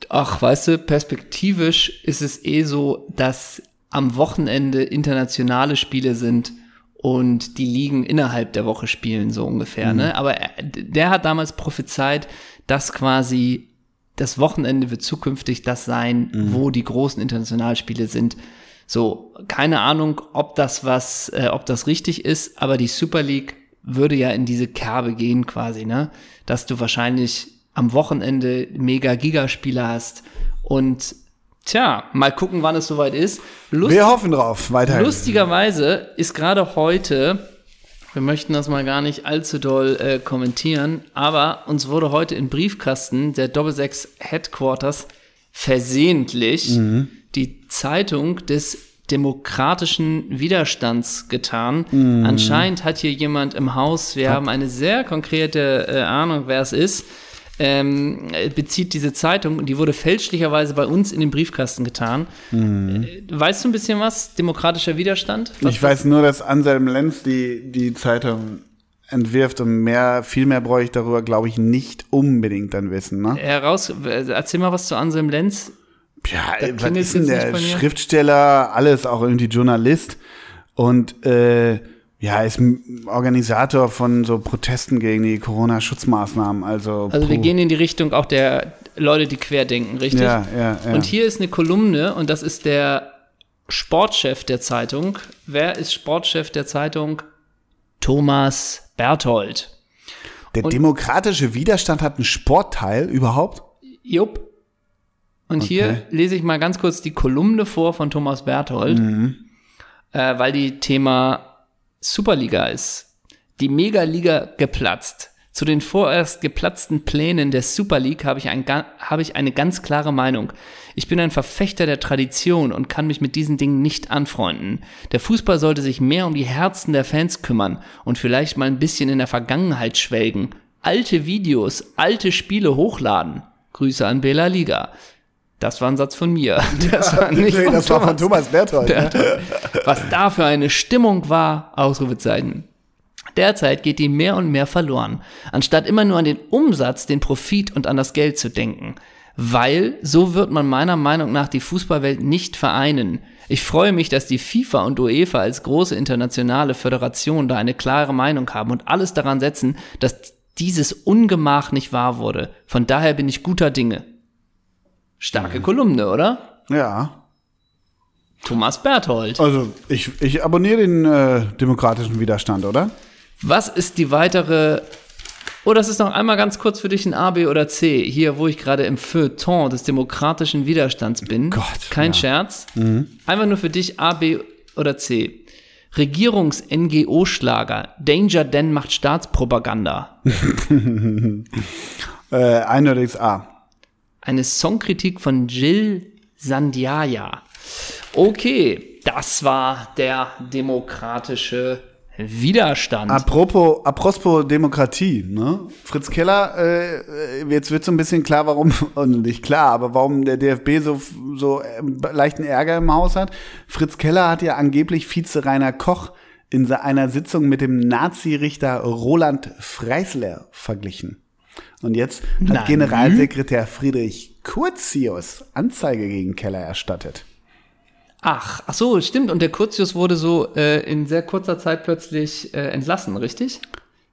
ach, weißt du, perspektivisch ist es eh so, dass am Wochenende internationale Spiele sind und die Ligen innerhalb der Woche spielen, so ungefähr. Ne? Aber er, der hat damals prophezeit, dass quasi das Wochenende wird zukünftig das sein, wo die großen Internationalspiele sind. So, keine Ahnung, ob das was, äh, ob das richtig ist, aber die Super League würde ja in diese Kerbe gehen quasi, ne? Dass du wahrscheinlich am Wochenende mega Gigaspiele hast und tja, mal gucken, wann es soweit ist. Lust,
wir hoffen drauf. Weiterhin.
lustigerweise ist gerade heute, wir möchten das mal gar nicht allzu doll äh, kommentieren, aber uns wurde heute im Briefkasten der Doppelsechs Headquarters versehentlich die Zeitung des demokratischen Widerstands getan. Anscheinend hat hier jemand im Haus, wir haben eine sehr konkrete äh, Ahnung, wer es ist, ähm, äh, bezieht diese Zeitung und die wurde fälschlicherweise bei uns in den Briefkasten getan. Äh, Weißt du ein bisschen was? Demokratischer Widerstand? Was
Mhm. Ich weiß nur, dass Anselm Lenz die, die Zeitung entwirft und mehr, viel mehr brauche ich darüber, glaube ich, nicht unbedingt dann wissen. Ne?
heraus, äh, erzähl mal was zu Anselm Lenz.
Ja,
da
was
klingelt's
ist denn
jetzt nicht
der
bei mir.
Schriftsteller, alles, auch irgendwie Journalist und äh, ja, ist ein Organisator von so Protesten gegen die Corona-Schutzmaßnahmen. Also,
Also wir
puh.
gehen in die Richtung auch der Leute, die querdenken, richtig?
ja, ja, ja.
Und hier ist eine Kolumne und das ist der Sportchef der Zeitung. Wer ist Sportchef der Zeitung? Thomas Berthold.
der
und-
demokratische Widerstand hat einen Sportteil überhaupt?
Jupp. Und hier lese ich mal ganz kurz die Kolumne vor von Thomas Berthold, äh, weil die Thema Superliga ist. Die Megaliga geplatzt. Zu den vorerst geplatzten Plänen der Super League habe ich, ein, ga- habe ich eine ganz klare Meinung. Ich bin ein Verfechter der Tradition und kann mich mit diesen Dingen nicht anfreunden. Der Fußball sollte sich mehr um die Herzen der Fans kümmern und vielleicht mal ein bisschen in der Vergangenheit schwelgen. Alte Videos, alte Spiele hochladen. Grüße an Bela Liga. Das war ein Satz von mir. Das war nicht
Nee,
von
das war von Thomas Berthold. ne?
was da für eine Stimmung war, Ausrufezeichen. Derzeit geht die mehr und mehr verloren, anstatt immer nur an den Umsatz, den Profit und an das Geld zu denken. Weil so wird man meiner Meinung nach die Fußballwelt nicht vereinen. Ich freue mich, dass die FIFA und UEFA als große internationale Föderation da eine klare Meinung haben und alles daran setzen, dass dieses Ungemach nicht wahr wurde. Von daher bin ich guter Dinge. Starke Kolumne, oder?
Ja.
Thomas Berthold.
Also ich, ich abonniere den äh, demokratischen Widerstand, oder?
Was ist die weitere. Oh, das ist noch einmal ganz kurz für dich ein A, B oder C. Hier, wo ich gerade im Feuilleton des demokratischen Widerstands bin.
Gott,
Kein
ja. Mhm.
Scherz. Einfach nur für dich A, B oder C. Regierungs-NGO-Schlager. Danger Dan macht Staatspropaganda.
Äh, eindeutiges A.
Eine Songkritik von Jill Sandiaya. Okay, das war der demokratische Widerstand.
Apropos, apropos Demokratie, ne? Fritz Keller, äh, äh, jetzt wird so ein bisschen klar, warum, und nicht klar, aber warum der DFB so, so äh, leichten Ärger im Haus hat. Fritz Keller hat ja angeblich Vize Rainer Koch in se- einer Sitzung mit dem Nazi-Richter Roland Freisler verglichen. Und jetzt hat
Na,
Generalsekretär Friedrich Kurzius Anzeige gegen Keller erstattet.
Ach, ach so, stimmt. Und der Curtius wurde so äh, in sehr kurzer Zeit plötzlich äh, entlassen, richtig?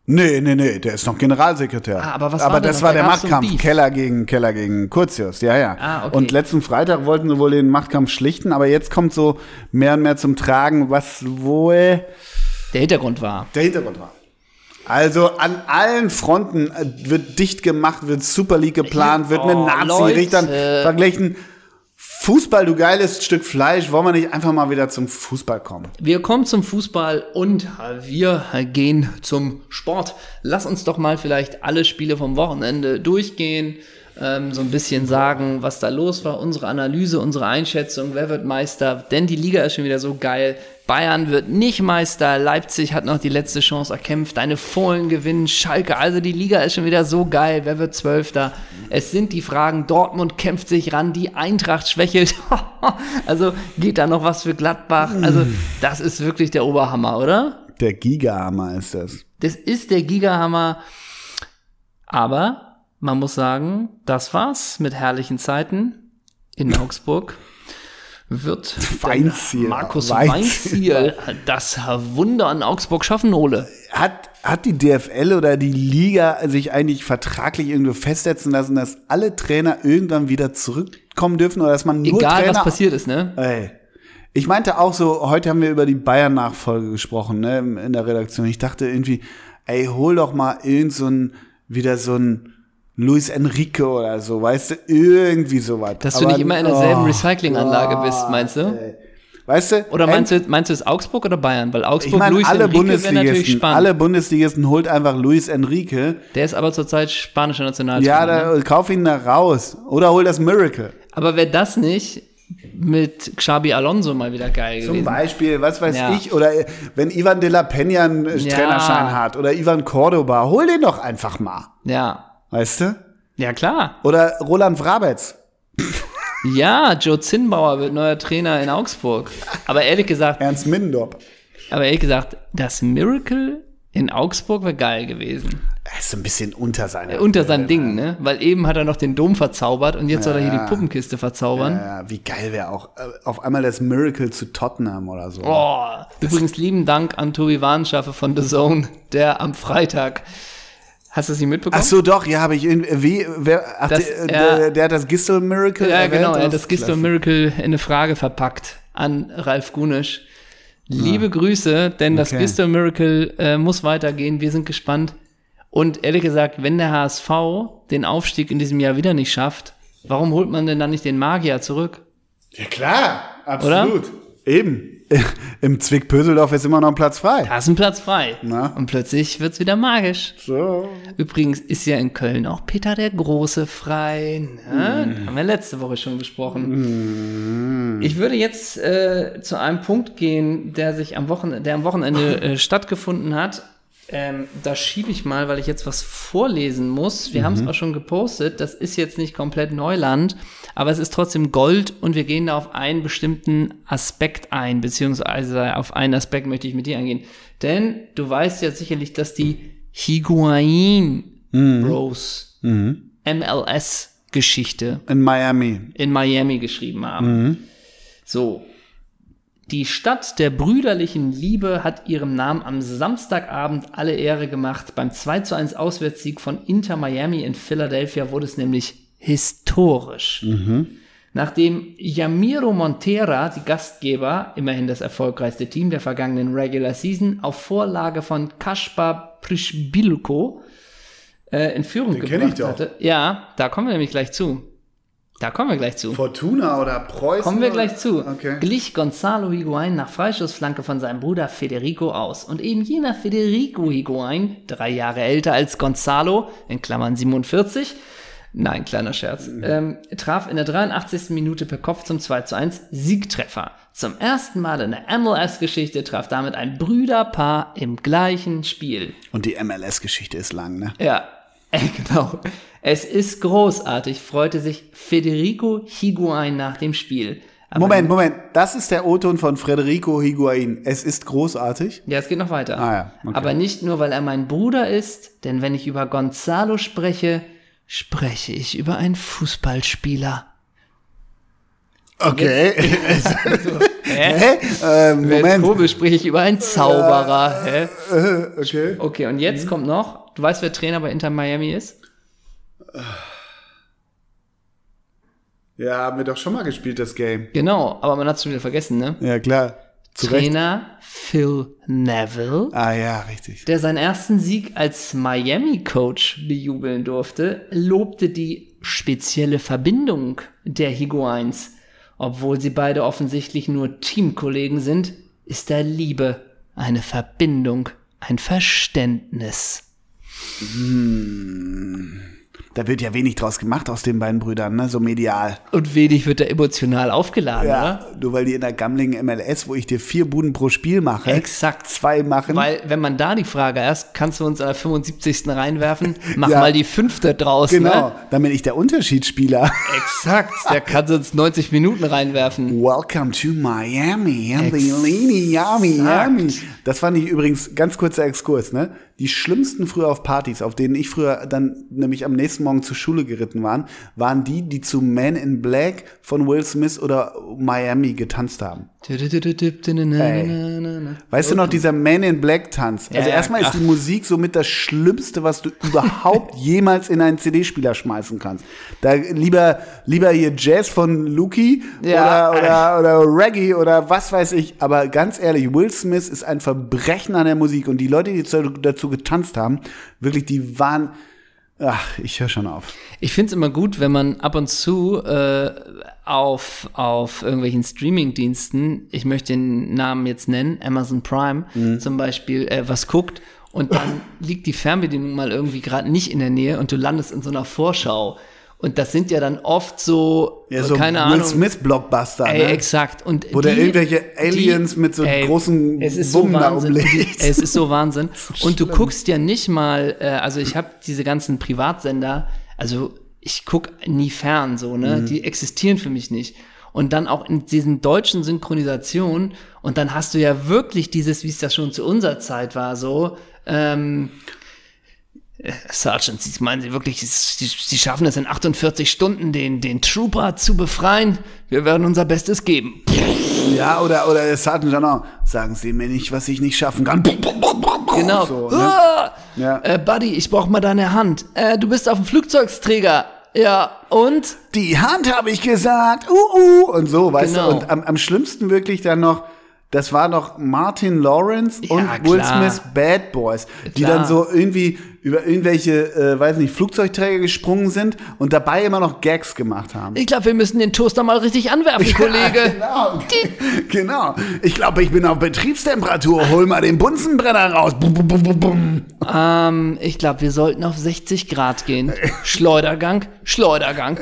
Nee, nee, nee, der ist noch Generalsekretär.
Ah, aber was
aber
war denn
das
das?
war
Da
der
gab's so ein
Machtkampf.
Beef.
Keller gegen Keller gegen Kurzius, ja, ja.
Ah, okay.
Und letzten Freitag wollten sie wohl den Machtkampf schlichten, aber jetzt kommt so mehr und mehr zum Tragen, was wohl
Der Hintergrund war.
der Hintergrund war. Also an allen Fronten äh, wird dicht gemacht, wird Super League geplant, wird mit
Oh,
Nazi-Richtern
Leute.
verglichen. Fußball, du geiles Stück Fleisch, wollen wir nicht einfach mal wieder zum Fußball kommen?
Wir kommen zum Fußball und wir gehen zum Sport. Lass uns doch mal vielleicht alle Spiele vom Wochenende durchgehen, ähm, so ein bisschen sagen, was da los war, unsere Analyse, unsere Einschätzung, wer wird Meister, denn die Liga ist schon wieder so geil. Bayern wird nicht Meister, Leipzig hat noch die letzte Chance erkämpft, deine Fohlen gewinnen, Schalke, also die Liga ist schon wieder so geil, wer wird Zwölfter? Es sind die Fragen, Dortmund kämpft sich ran, die Eintracht schwächelt, also geht da noch was für Gladbach, also das ist wirklich der Oberhammer, oder?
Der Gigahammer ist das.
Das ist der Gigahammer. Aber man muss sagen, das war's mit herrlichen Zeiten in Augsburg. Wird
Weinzierl.
Markus
Weinzierl.
Weinzierl das Wunder an Augsburg schaffen, Ole?
Hat, hat die DFL oder die Liga sich eigentlich vertraglich irgendwo festsetzen lassen, dass alle Trainer irgendwann wieder zurückkommen dürfen oder dass man nur
Egal,
Trainer
was passiert ist, ne?
Ey. Ich meinte auch so, heute haben wir über die Bayern-Nachfolge gesprochen, ne, im- in der Redaktion. Ich dachte irgendwie, ey, hol doch mal irgend so ein, wieder so ein Luis Enrique oder so, weißt du, irgendwie sowas.
Dass du
Aber-
nicht immer in derselben
oh,
Recyclinganlage bist, meinst du?
ey. Weißt du?
Oder
ent-
meinst du, meinst du es Augsburg oder Bayern? Weil
ich
Augsburg,
meine,
Luis
alle
Enrique wäre natürlich
Bundesligisten,
spannend.
alle Bundesligisten holt einfach Luis Enrique.
Der ist aber zurzeit spanischer Nationaltrainer.
Ja,
ne?
da, kauf ihn da raus. Oder hol das Miracle.
aber wäre das nicht mit Xabi Alonso mal wieder geil
Zum
gewesen?
Beispiel, was weiß
Ja.
ich, oder äh, wenn Ivan de la Peña einen äh,
Ja.
Trainerschein hat oder Ivan Cordoba, hol den doch einfach mal.
Ja.
Weißt du?
Ja, klar.
Oder Roland Vrabetz.
Ja, Joe Zinnbauer wird neuer Trainer in Augsburg. Aber ehrlich gesagt,
Ernst Mindorp.
aber ehrlich gesagt, das Miracle in Augsburg wäre geil gewesen.
Er ist so ein bisschen unter seiner.
Unter seinem Ding, ne? Weil eben hat er noch den Dom verzaubert und jetzt soll er hier die Puppenkiste verzaubern.
Ja, wie geil wäre auch äh, auf einmal das Miracle zu Tottenham oder so.
Oh. Boah. Übrigens lieben Dank an Tobi Warnschaffe von The Zone, der am Freitag. Hast du es nicht mitbekommen?
Ach so, doch, ja, habe ich irgendwie. Wie, wer, ach,
Das-
der, äh,
ja.
der, der hat das Gistel Miracle.
Ja,
erwähnt,
genau. Er
oder
hat das
was?
Gisto Miracle in eine Frage verpackt an Ralf Gunisch. Liebe Grüße, denn das
Ah. Okay.
Gisto Miracle äh, muss weitergehen. Wir sind gespannt. Und ehrlich gesagt, wenn der HSV den Aufstieg in diesem Jahr wieder nicht schafft, warum holt man denn dann nicht den Magier zurück?
Ja, klar, absolut. Eben. Im Zwick-Pöseldorf ist immer noch ein Platz frei.
Da ist ein Platz frei.
Na?
Und plötzlich wird's wieder magisch.
So.
Übrigens ist ja in Köln auch Peter der Große frei. Ne? Haben wir letzte Woche schon besprochen. Ich würde jetzt äh, zu einem Punkt gehen, der sich am Wochenende, der am Wochenende äh, stattgefunden hat. Ähm, da schiebe ich mal, weil ich jetzt was vorlesen muss. Wir haben es auch schon gepostet. Das ist jetzt nicht komplett Neuland, aber es ist trotzdem Gold und wir gehen da auf einen bestimmten Aspekt ein, beziehungsweise auf einen Aspekt möchte ich mit dir eingehen. Denn du weißt ja sicherlich, dass die Higuain Bros MLS-Geschichte
In Miami.
in Miami geschrieben haben.
Mhm.
So. Die Stadt der brüderlichen Liebe hat ihrem Namen am Samstagabend alle Ehre gemacht. Beim 2 zu 1 Auswärtssieg von Inter Miami in Philadelphia wurde es nämlich historisch.
Mhm.
Nachdem Yamiro Montera, die Gastgeber, immerhin das erfolgreichste Team der vergangenen Regular Season, auf Vorlage von Kaspar Prischbilko äh, in Führung
Den kenn ich
gebracht
doch.
hatte. Ja, da kommen wir nämlich gleich zu. Da kommen wir gleich zu.
Fortuna oder Preußen?
Kommen wir
oder-
gleich zu.
Okay.
Glich Gonzalo Higuain nach Freischussflanke von seinem Bruder Federico aus. Und eben jener Federico Higuain, drei Jahre älter als Gonzalo, in Klammern 47, nein, kleiner Scherz, ähm, traf in der 83. Minute per Kopf zum 2 zu 1 Siegtreffer. Zum ersten Mal in der MLS-Geschichte traf damit ein Brüderpaar im gleichen Spiel.
Und die MLS-Geschichte ist lang, ne?
Ja, genau. Es ist großartig, freute sich Federico Higuain nach dem Spiel. Aber
Moment, Moment. Das ist der O-Ton von Federico Higuain. Es ist großartig.
Ja, es geht noch weiter.
Ah ja, okay.
Aber nicht nur, weil er mein Bruder ist, denn wenn ich über Gonzalo spreche, spreche ich über einen Fußballspieler.
Okay.
Also, Hä?
Hä? Ähm,
Moment.
Moment. Äh.
Kobel spreche ich über einen Zauberer. Hä?
Okay.
Okay, und jetzt kommt noch, du weißt, wer Trainer bei Inter Miami ist?
Ja, haben wir doch schon mal gespielt, das Game.
Genau, aber man hat es schon wieder vergessen, ne?
Ja, klar. Zu Recht.
Trainer Phil Neville.
Ah ja, richtig.
der seinen ersten Sieg als Miami-Coach bejubeln durfte, lobte die spezielle Verbindung der Higuains. Obwohl sie beide offensichtlich nur Teamkollegen sind, ist da Liebe eine Verbindung, ein Verständnis.
Hm. Da wird ja wenig draus gemacht aus den beiden Brüdern, ne? So medial.
Und wenig wird da emotional aufgeladen, oder?
Nur weil die in der gammeligen MLS, wo ich dir vier Buden pro Spiel mache,
Exakt.
zwei machen.
Weil, wenn man da die Frage erst, kannst du uns an der 75. reinwerfen, mach
Ja.
mal die fünfte draus,
genau.
ne?
Dann bin ich der Unterschiedsspieler.
Exakt, der kann sonst 90 Minuten reinwerfen.
Welcome to Miami, Yami,
Exakt.
Yami. Das fand ich übrigens ganz kurzer Exkurs, ne? Die schlimmsten früher auf Partys, auf denen ich früher dann nämlich am nächsten Morgen zur Schule geritten waren, waren die, die zu Man in Black von Will Smith oder Miami getanzt haben. Weißt du noch, dieser Man in Black Tanz? Also
Ja,
erstmal ist die Musik somit das Schlimmste, was du überhaupt jemals in einen CD-Spieler schmeißen kannst. Da lieber, lieber hier Jazz von Luki
Ja.
oder, oder, oder Reggae oder was weiß ich. Aber ganz ehrlich, Will Smith ist ein Verbrechen an der Musik und die Leute, die dazu- dazu getanzt haben, wirklich, die waren, ach, ich höre schon auf.
Ich finde es immer gut, wenn man ab und zu äh, auf, auf irgendwelchen Streaming-Diensten, ich möchte den Namen jetzt nennen, Amazon Prime
Mhm.
zum Beispiel, äh, was guckt und dann liegt die Fernbedienung mal irgendwie gerade nicht in der Nähe und du landest in so einer Vorschau. Und das sind ja dann oft so,
Ja, so
keine
Will
Ahnung.
Smith Blockbuster,
Ey,
ne?
exakt. Und
Wo da irgendwelche Aliens mit so großen
es ist
Bummen
so
da
Wahnsinn.
umlegt.
Die- Es ist so Wahnsinn. Und du guckst ja nicht mal, äh, also ich habe diese ganzen Privatsender, also ich guck nie fern so, ne?
Mhm.
Die existieren für mich nicht. Und dann auch in diesen deutschen Synchronisationen und dann hast du ja wirklich dieses, wie es das schon zu unserer Zeit war, so, ähm, äh, Sergeant, Sie meinen Sie wirklich, Sie, Sie schaffen es in 48 Stunden, den, den Trooper zu befreien? Wir werden unser Bestes geben.
Ja, oder, oder der Sergeant Janon. Sagen Sie mir nicht, was ich nicht schaffen kann.
Genau.
So, ne?
Ah!
Ja.
äh, Buddy, ich brauch mal deine Hand. Äh, du bist auf dem Flugzeugsträger. Ja, und?
Die Hand habe ich gesagt. Uh, uh. Und so, weißt
Genau.
du. Und am, am schlimmsten wirklich dann noch, das war noch Martin Lawrence
Ja,
und Will
klar.
Smith Bad Boys, die
Klar.
dann so irgendwie über irgendwelche, äh, weiß nicht, Flugzeugträger gesprungen sind und dabei immer noch Gags gemacht haben.
Ich glaube, wir müssen den Toaster mal richtig anwerfen, Kollege.
Genau, genau. Ich glaube, ich bin auf Betriebstemperatur. Hol mal den Bunsenbrenner raus. Bum, bum, bum, bum, bum.
ähm, ich glaube, wir sollten auf 60 Grad gehen.
Äh.
Schleudergang, Schleudergang.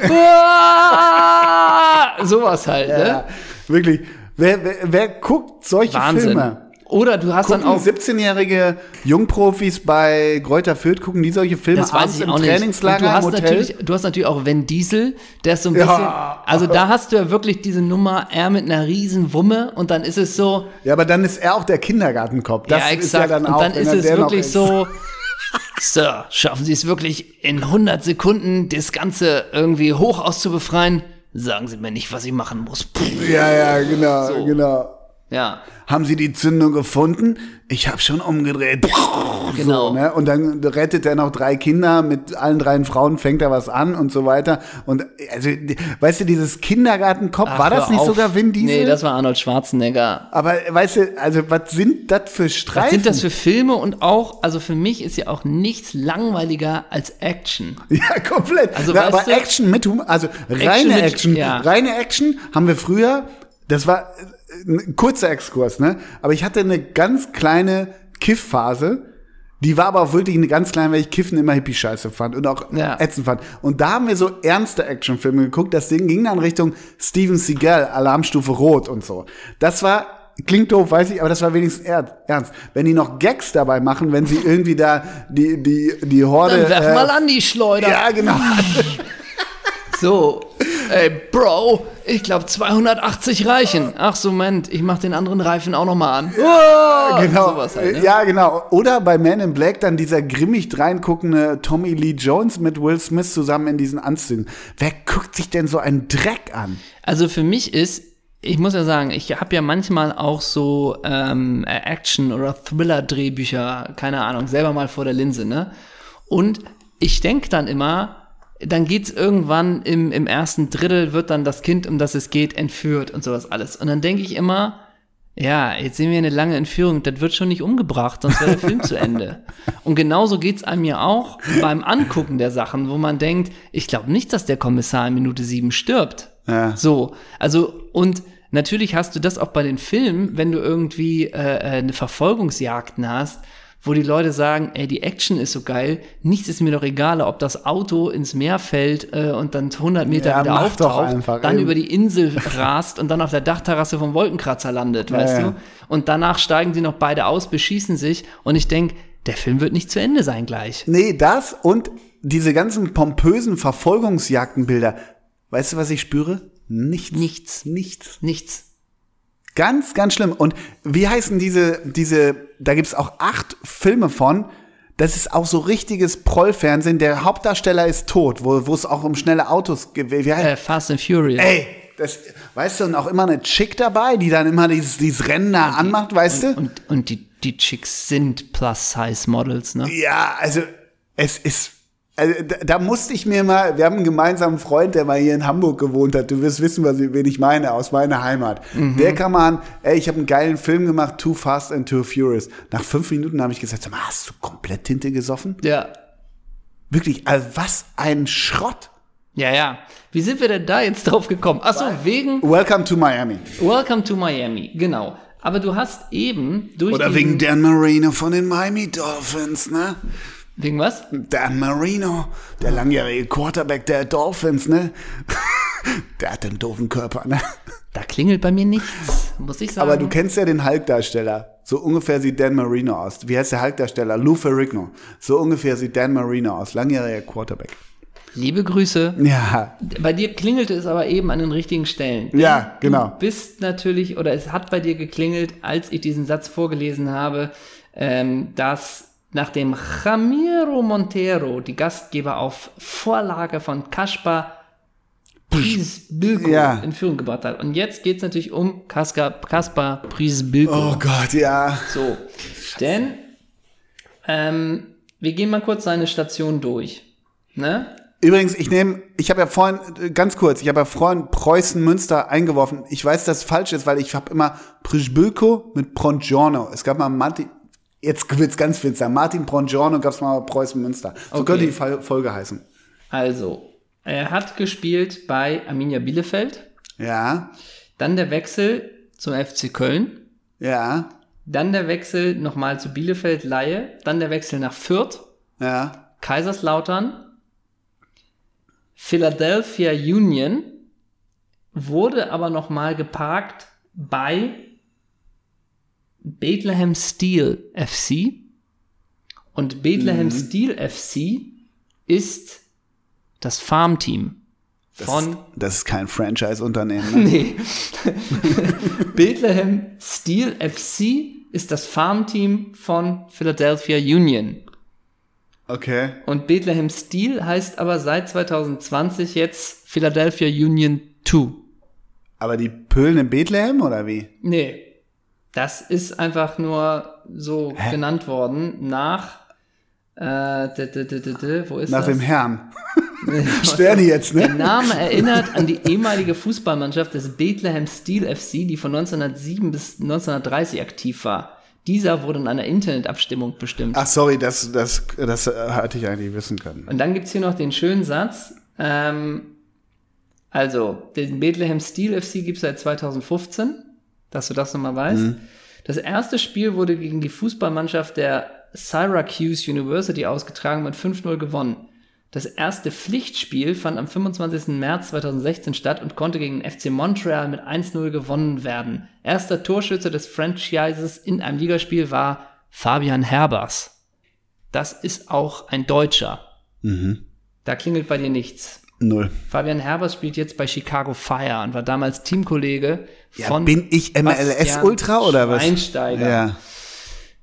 Ah! Sowas halt, ne?
Ja, wirklich. Wer, wer, wer guckt solche
Wahnsinn.
Filme?
Oder du hast dann
Gucken
auch
17-jährige Jungprofis bei Greuther Fürth, gucken die solche Filme
Das weiß ich
im
auch nicht. Und
Trainingslager
du hast
im Hotel?
natürlich, du hast natürlich auch Van Diesel, der ist so ein bisschen,
Ja.
also da hast du ja wirklich diese Nummer, er mit einer riesen Wumme und dann ist es so,
Ja, aber dann ist er auch der Kindergartenkopf. Das
ja
ist ja
exakt,
dann auch,
und dann
wenn
ist
er
es
der noch
wirklich
ist.
so, Sir, schaffen Sie es wirklich in 100 Sekunden das Ganze irgendwie hoch auszubefreien? Sagen Sie mir nicht, was ich machen muss. Pff.
Ja, ja, genau, genau.
Ja.
Haben Sie die Zündung gefunden? Ich habe schon umgedreht.
Genau.
So, ne? Und dann rettet er noch drei Kinder mit allen dreien Frauen, fängt er was an und so weiter. Und also, weißt du, dieses Kindergartenkopf,
Ach,
war
hör
das nicht
auf.
sogar Vin Diesel?
Nee, das war Arnold Schwarzenegger.
Aber weißt du, also was sind das für Streifen?
Was sind das für Filme und auch, also für mich ist ja auch nichts langweiliger als Action.
Ja, komplett.
Also,
Na,
weißt
aber
du-
Action mit Humor, also reine
mit-
Action,
ja.
reine Action haben wir früher, das war äh, ein kurzer Exkurs, ne? Aber ich hatte eine ganz kleine Kiffphase. Die war aber auch wirklich eine ganz kleine, weil ich Kiffen immer Hippie-Scheiße fand und auch
Ja.
ätzend fand. Und da haben wir so ernste Actionfilme geguckt. Das Ding ging dann Richtung Steven Seagal, Alarmstufe Rot und so. Das war, klingt doof, weiß ich, aber das war wenigstens er- ernst. Wenn die noch Gags dabei machen, wenn sie irgendwie da die, die, die Horde.
Dann werf
äh,
mal an die Schleuder.
ja, genau.
So. Ey, Bro, ich glaube 280 reichen. Ach so, Moment, ich mach den anderen Reifen auch nochmal an. Oh,
genau.
Sowas halt, ne?
Ja, genau. Oder bei Man in Black dann dieser grimmig dreinguckende Tommy Lee Jones mit Will Smith zusammen in diesen Anzügen. Wer guckt sich denn so einen Dreck an?
Also für mich ist, ich muss ja sagen, ich habe ja manchmal auch so ähm, äh, Action- oder Thriller-Drehbücher, keine Ahnung, selber mal vor der Linse, ne? Und ich denk dann immer, dann geht's irgendwann im, im ersten Drittel, wird dann das Kind, um das es geht, entführt und sowas alles. Und dann denk ich immer, ja, jetzt sehen wir eine lange Entführung, das wird schon nicht umgebracht, sonst wäre der Film zu Ende. Und genauso geht's einem ja auch beim Angucken der Sachen, wo man denkt, ich glaube nicht, dass der Kommissar in Minute sieben stirbt.
Ja.
So, also und natürlich hast du das auch bei den Filmen, wenn du irgendwie äh, äh, eine Verfolgungsjagden hast, wo die Leute sagen, ey, die Action ist so geil, nichts ist mir doch egal, ob das Auto ins Meer fällt äh, und dann 100 Meter
Ja,
wieder
mach doch
auftaucht,
einfach,
dann
eben.
über die Insel rast und dann auf der Dachterrasse vom Wolkenkratzer landet, weißt
ja.
du? Und danach steigen sie noch beide aus, beschießen sich und ich denk, der Film wird nicht zu Ende sein gleich.
Nee, das und diese ganzen pompösen Verfolgungsjagdenbilder. Weißt du, was ich spüre? Nichts.
Nichts.
Nichts.
Nichts.
Ganz, ganz schlimm. Und wie heißen diese, diese, da gibt's auch acht Filme von. Das ist auch so richtiges Prollfernsehen. Der Hauptdarsteller ist tot, wo wo es auch um schnelle Autos geht. Wie heißt-
Äh, Fast and Furious.
Ey, das, weißt du, und auch immer eine Chick dabei, die dann immer dieses, dieses Rennen da anmacht, weißt du?
Und, und die, die Chicks sind Plus-Size-Models, ne?
Ja, also es ist. Also, da, da musste ich mir mal, wir haben einen gemeinsamen Freund, der mal hier in Hamburg gewohnt hat. Du wirst wissen, was, ich- wen ich meine, aus meiner Heimat. Der kam mal an, ey, ich habe einen geilen Film gemacht, Too Fast and Too Furious. Nach fünf Minuten habe ich gesagt, sag mal, hast du komplett Tinte gesoffen?
Ja.
Wirklich, also was ein Schrott.
Ja, ja. Wie sind wir denn da jetzt drauf gekommen? Achso, wegen
Welcome to Miami.
Welcome to Miami, genau. Aber du hast eben durch
Oder
diesen-
wegen Dan Marino von den Miami Dolphins, ne?
wegen was?
Dan Marino, der langjährige Quarterback der Dolphins, ne? der hat den doofen Körper, ne?
Da klingelt bei mir nichts, muss ich sagen.
Aber du kennst ja den Hulk-Darsteller. So ungefähr sieht Dan Marino aus. Wie heißt der Hulk-Darsteller? Lou Ferrigno. So ungefähr sieht Dan Marino aus. Langjähriger Quarterback.
Liebe Grüße.
Ja,
Bei dir klingelte es aber eben an den richtigen Stellen.
ja, genau.
Du bist natürlich, oder es hat bei dir geklingelt, als ich diesen Satz vorgelesen habe, ähm, dass nachdem Ramiro Montero, die Gastgeber auf Vorlage von Kaspar Prisbilko
Ja.
in Führung gebracht hat. Und jetzt geht es natürlich um Kaspar, Kaspar Prisbilko.
Oh Gott, ja.
So, denn ähm, wir gehen mal kurz seine Station durch. Ne?
Übrigens, ich nehme, ich habe ja vorhin, äh, ganz kurz, ich habe ja vorhin Preußen-Münster eingeworfen. Ich weiß, dass es falsch ist, weil ich habe immer Prisbülko mit Prongiorno. Es gab mal Martin, jetzt wird's ganz finster, Martin Prongiorno gab es mal Preußen-Münster. So
Okay.
könnte die Fol- Folge heißen.
Also, er hat gespielt bei Arminia Bielefeld,
Ja,
dann der Wechsel zum FC Köln,
ja,
dann der Wechsel nochmal zu Bielefeld Laie, dann der Wechsel nach Fürth,
ja,
Kaiserslautern, Philadelphia Union, wurde aber nochmal geparkt bei Bethlehem Steel FC. Und Bethlehem Steel FC ist das Farmteam von.
das ist kein Franchise-Unternehmen. Ne?
Nee. Bethlehem Steel FC ist das Farmteam von Philadelphia Union.
Okay.
Und Bethlehem Steel heißt aber seit 2020 jetzt Philadelphia Union 2.
Aber die pölen in Bethlehem oder wie?
Nee. Das ist einfach nur so genannt worden nach. Äh, d, d, d, d, d, wo ist
Nach
das?
dem Herrn. Sterne jetzt,
Der
ne?
Name erinnert an die ehemalige Fußballmannschaft des Bethlehem Steel FC, die von 1907 bis 1930 aktiv war. Dieser wurde in einer Internetabstimmung bestimmt.
Ach, sorry, das, das, das äh, hatte ich eigentlich wissen können.
Und dann gibt's hier noch den schönen Satz. Ähm, also, den Bethlehem Steel FC gibt's seit 2015, dass du das nochmal weißt. Das erste Spiel wurde gegen die Fußballmannschaft der Syracuse University ausgetragen und 5-0 gewonnen. Das erste Pflichtspiel fand am 25. März 2016 statt und konnte gegen den FC Montreal mit 1-0 gewonnen werden. Erster Torschütze des Franchises in einem Ligaspiel war Fabian Herbers. Das ist auch ein Deutscher. Da klingelt bei dir nichts.
Null.
Fabian Herbers spielt jetzt bei Chicago Fire und war damals Teamkollege
Ja,
von
bin ich MLS
Bastian
Ultra oder was?
Schweinsteiger.
Ja.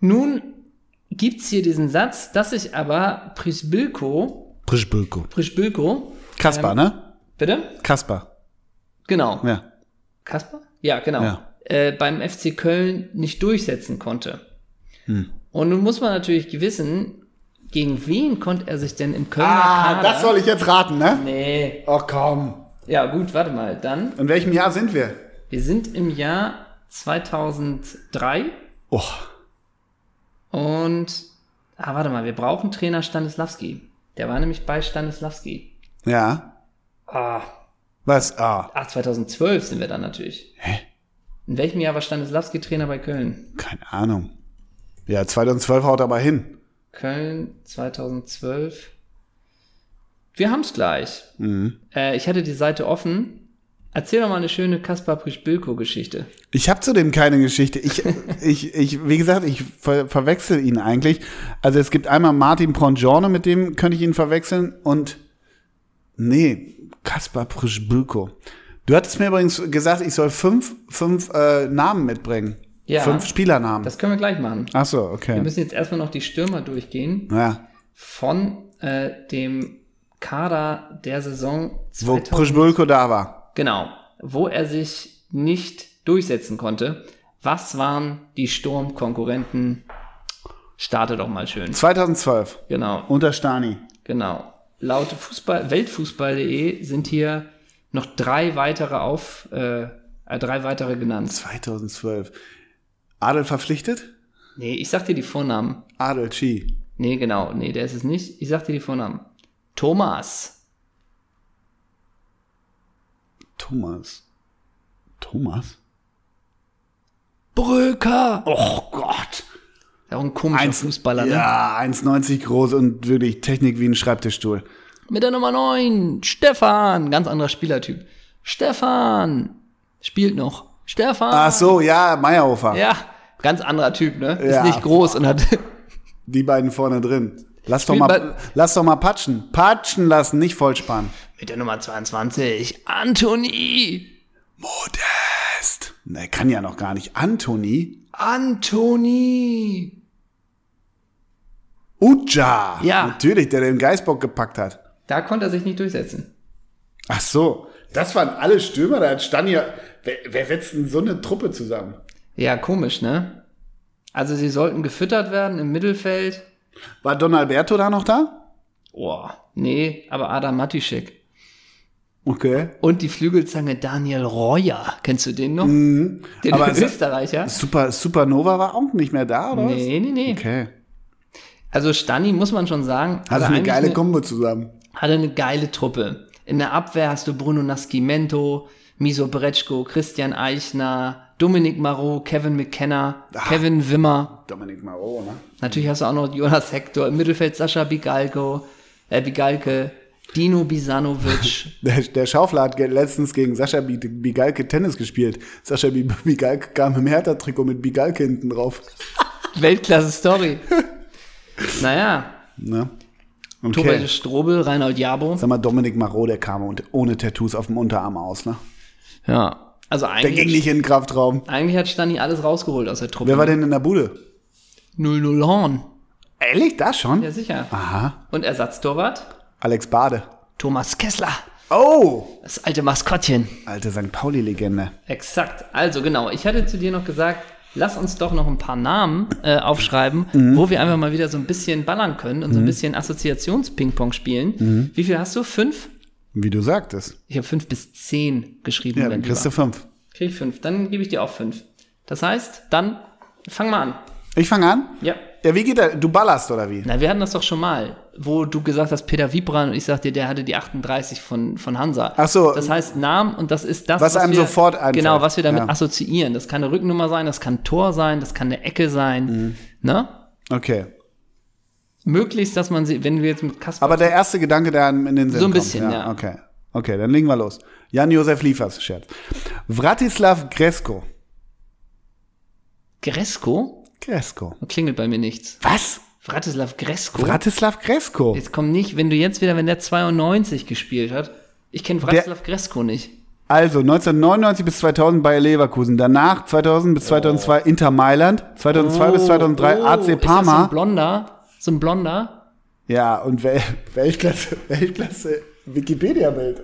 Nun gibt's hier diesen Satz, dass sich aber Prisbilko,
Prischbülko.
Prisbilko,
Kaspar, ne?
bitte?
Kaspar.
Genau.
Ja.
Kasper? Ja, genau.
Ja.
Äh, beim FC Köln nicht durchsetzen konnte.
Hm.
Und nun muss man natürlich wissen, gegen wen konnte er sich denn im Kölner
Ah,
Kader...
das soll ich jetzt raten, ne?
Nee.
Oh, komm.
Ja, gut, warte mal. Dann
In welchem Jahr sind wir?
Wir sind im Jahr 2003
Oh.
und ah, warte mal, wir brauchen Trainer Stanislawski. Der war nämlich bei Stanislawski.
Ja.
Ah,
Was? Ah,
ah 2012 sind wir dann natürlich. Hä? In welchem Jahr war Stanislawski Trainer bei Köln?
keine Ahnung. Ja, 2012 haut aber hin.
Köln 2012. Wir haben's gleich. Äh, ich hatte die Seite offen. Erzähl doch mal eine schöne Kaspar Prisch-Bilko-Geschichte.
Ich habe zudem keine Geschichte. Ich, ich, ich, wie gesagt, ich ver verwechsel ihn eigentlich. Also es gibt einmal Martin Prongiorno, mit dem könnte ich ihn verwechseln und nee, Kaspar Prischbülko. Du hattest mir übrigens gesagt, ich soll fünf, fünf äh, Namen mitbringen.
Ja.
Fünf Spielernamen.
Das können wir gleich machen.
Ach so,
Wir
okay.
müssen jetzt erstmal noch die Stürmer durchgehen.
Ja.
von äh, dem Kader der Saison
Wo
2000,
Prischbülko da war.
genau, wo er sich nicht durchsetzen konnte. Was waren die Sturmkonkurrenten? Starte doch mal schön.
2012.
Genau,
Unter Stani.
genau. Laut Fußball, Weltfußball.de sind hier noch drei weitere auf, äh, äh, drei weitere genannt.
2012. Adel verpflichtet?
Nee, ich sag dir die Vornamen.
Adel Chi.
Nee, genau, nee, der ist es nicht. Ich sag dir die Vornamen. Thomas,
Thomas. Thomas?
Bröker.
Oh Gott.
Auch ein komischer
Eins-
Fußballer, ne?
Ja, 1,90 groß und wirklich Technik wie ein Schreibtischstuhl.
Mit der Nummer 9, Stefan, ganz anderer Spielertyp. Stefan spielt noch. Stefan.
Ach so, ja, Meierhofer.
Ja, ganz anderer Typ, ne? Ist
Ja.
nicht groß und hat
Die beiden vorne drin. Lass doch,
Spielen
mal,
bei-
lass doch mal patschen. Patschen lassen, nicht vollsparen.
mit der Nummer 22, Anthony.
Modest. Ne, kann ja noch gar nicht. Anthony
Anthony.
Uja.
Ja.
Natürlich, der den Geißbock gepackt hat.
Da konnte er sich nicht durchsetzen.
Ach so.
Das waren alle Stürmer, da hat Stani ja. Wer, wer setzt denn so eine Truppe zusammen?
Ja, komisch, ne? Also sie sollten gefüttert werden im Mittelfeld.
War Don Alberto da noch da?
Oh, nee, aber Adam Matischek.
Okay.
Und die Flügelzange Daniel Reuer. Kennst du den noch? Den
Mhm. aber es-
Österreicher?
Super, Supernova war auch nicht mehr da, oder? was?
Nee, nee, nee.
Okay.
Also Stani muss man schon sagen,
Also
hatte
eine
eigentlich
geile
eine,
Kombo zusammen.
hatte eine geile Truppe. In der Abwehr hast du Bruno Nascimento, Miso Bretschko, Christian Eichner, Dominik Marot, Kevin McKenna,
Ah.
Kevin Wimmer.
Dominik Marot, ne?
Natürlich hast du auch noch Jonas Hector, im Mittelfeld Sascha Bigalko, äh, Bigalke, Dino Bisanovic.
Der, der Schaufler hat ge- letztens gegen Sascha Bi- Bigalke Tennis gespielt. Sascha Bi- Bigalke kam im Hertha-Trikot mit Bigalke hinten drauf.
Weltklasse-Story. Naja,
Ne?
Tobias
Okay.
Strobel, Reinhold Jabo.
Sag mal, Dominik Marot, der kam und ohne Tattoos auf dem Unterarm aus, ne?
Ja, also
Der ging
eigentlich,
nicht in den Kraftraum.
eigentlich hat Stani alles rausgeholt aus der Truppe.
Wer war denn in der Bude?
0-0 Horn.
Ehrlich, da schon?
Ja, sicher.
Ah. Aha.
Und Ersatztorwart?
Alex Bade.
Thomas Kessler,
Oh!
das alte Maskottchen.
Alte St. Pauli-Legende.
Exakt. Also genau, ich hatte zu dir noch gesagt, lass uns doch noch ein paar Namen äh, aufschreiben, wo wir einfach mal wieder so ein bisschen ballern können und so ein bisschen Assoziations-Ping-Pong spielen. Wie viel hast du? Fünf?
Wie du sagtest.
Ich habe fünf bis zehn geschrieben.
Ja,
mein
dann kriegst du
Lieber.
fünf.
Krieg ich fünf. Dann gebe ich dir auch fünf. Das heißt, dann fang mal an.
Ich fange an.
Ja.
Ja, wie geht das? Du ballerst oder wie?
Na, wir hatten das doch schon mal, wo du gesagt hast, Peter Wiebran und ich sagte, der hatte die 38 von, von Hansa.
Ach so.
Das heißt Namen und das ist das,
Was einem sofort einfällt.
Genau, was wir damit
Ja.
assoziieren. Das kann eine Rückennummer sein, das kann ein Tor sein, das kann eine Ecke sein.
Mhm.
Ne?
Okay.
Möglichst, dass man sie, wenn wir jetzt mit Kasper.
Aber der erste Gedanke, der einem in den Sinn
So ein
kommt.
bisschen, ja.
Okay. Okay, dann legen wir los. Jan-Josef Liefers, Scherz. Vratislav Gresko.
Gresko? oh,
Gresko.
Klingelt bei mir nichts.
Was?
Vratislav Gresko?
Vratislav Gresko.
jetzt komm nicht, wenn du jetzt wieder, wenn der 92 gespielt hat. Ich kenne Vratislav Gresko nicht.
Also 1999 bis 2000 Bayer Leverkusen. Danach 2000 bis 2002 Inter Mailand. 2002 bis 2003
Oh, Ist
AC
das so ein
Parma.
Blonder? So ein Blonder?
ja, und Wel
Weltklasse, Weltklasse Wikipedia-Bild.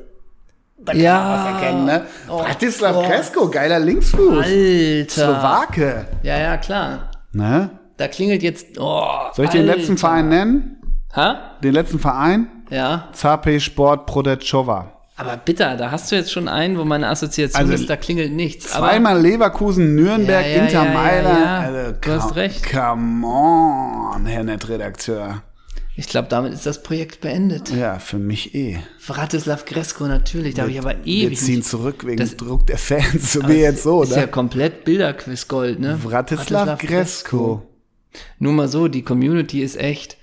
Ja. Oh
erkennen, ne? Vratislav Kresko, geiler Linksfuß.
Alter.
Slowake.
Ja, ja, klar.
Ne?
Da klingelt jetzt. Oh,
Soll ich den
Alter.
letzten Verein nennen?
Ha?
Den letzten Verein?
Ja.
ZP Sport Prodecowa.
Aber bitter, da hast du jetzt schon einen, wo meine Assoziation
Also,
ist, da klingelt nichts. Aber,
Zweimal Leverkusen, Nürnberg,
Ja, ja,
Inter
ja, ja,
Mailand.
ja.
Also,
Du hast
come-
recht.
Come on, Herr Nettredakteur.
ich glaube, damit ist das Projekt beendet.
Ja, für mich eh.
Vratislav Gresko natürlich, da habe ich aber ewig.
Wir ziehen
nicht-
zurück wegen
das-
Druck der Fans, so wie jetzt so,
Ist ja
ne?
komplett Bilderquiz Gold, ne?
Vratislav Kresko.
Nur mal so, die Community ist echt.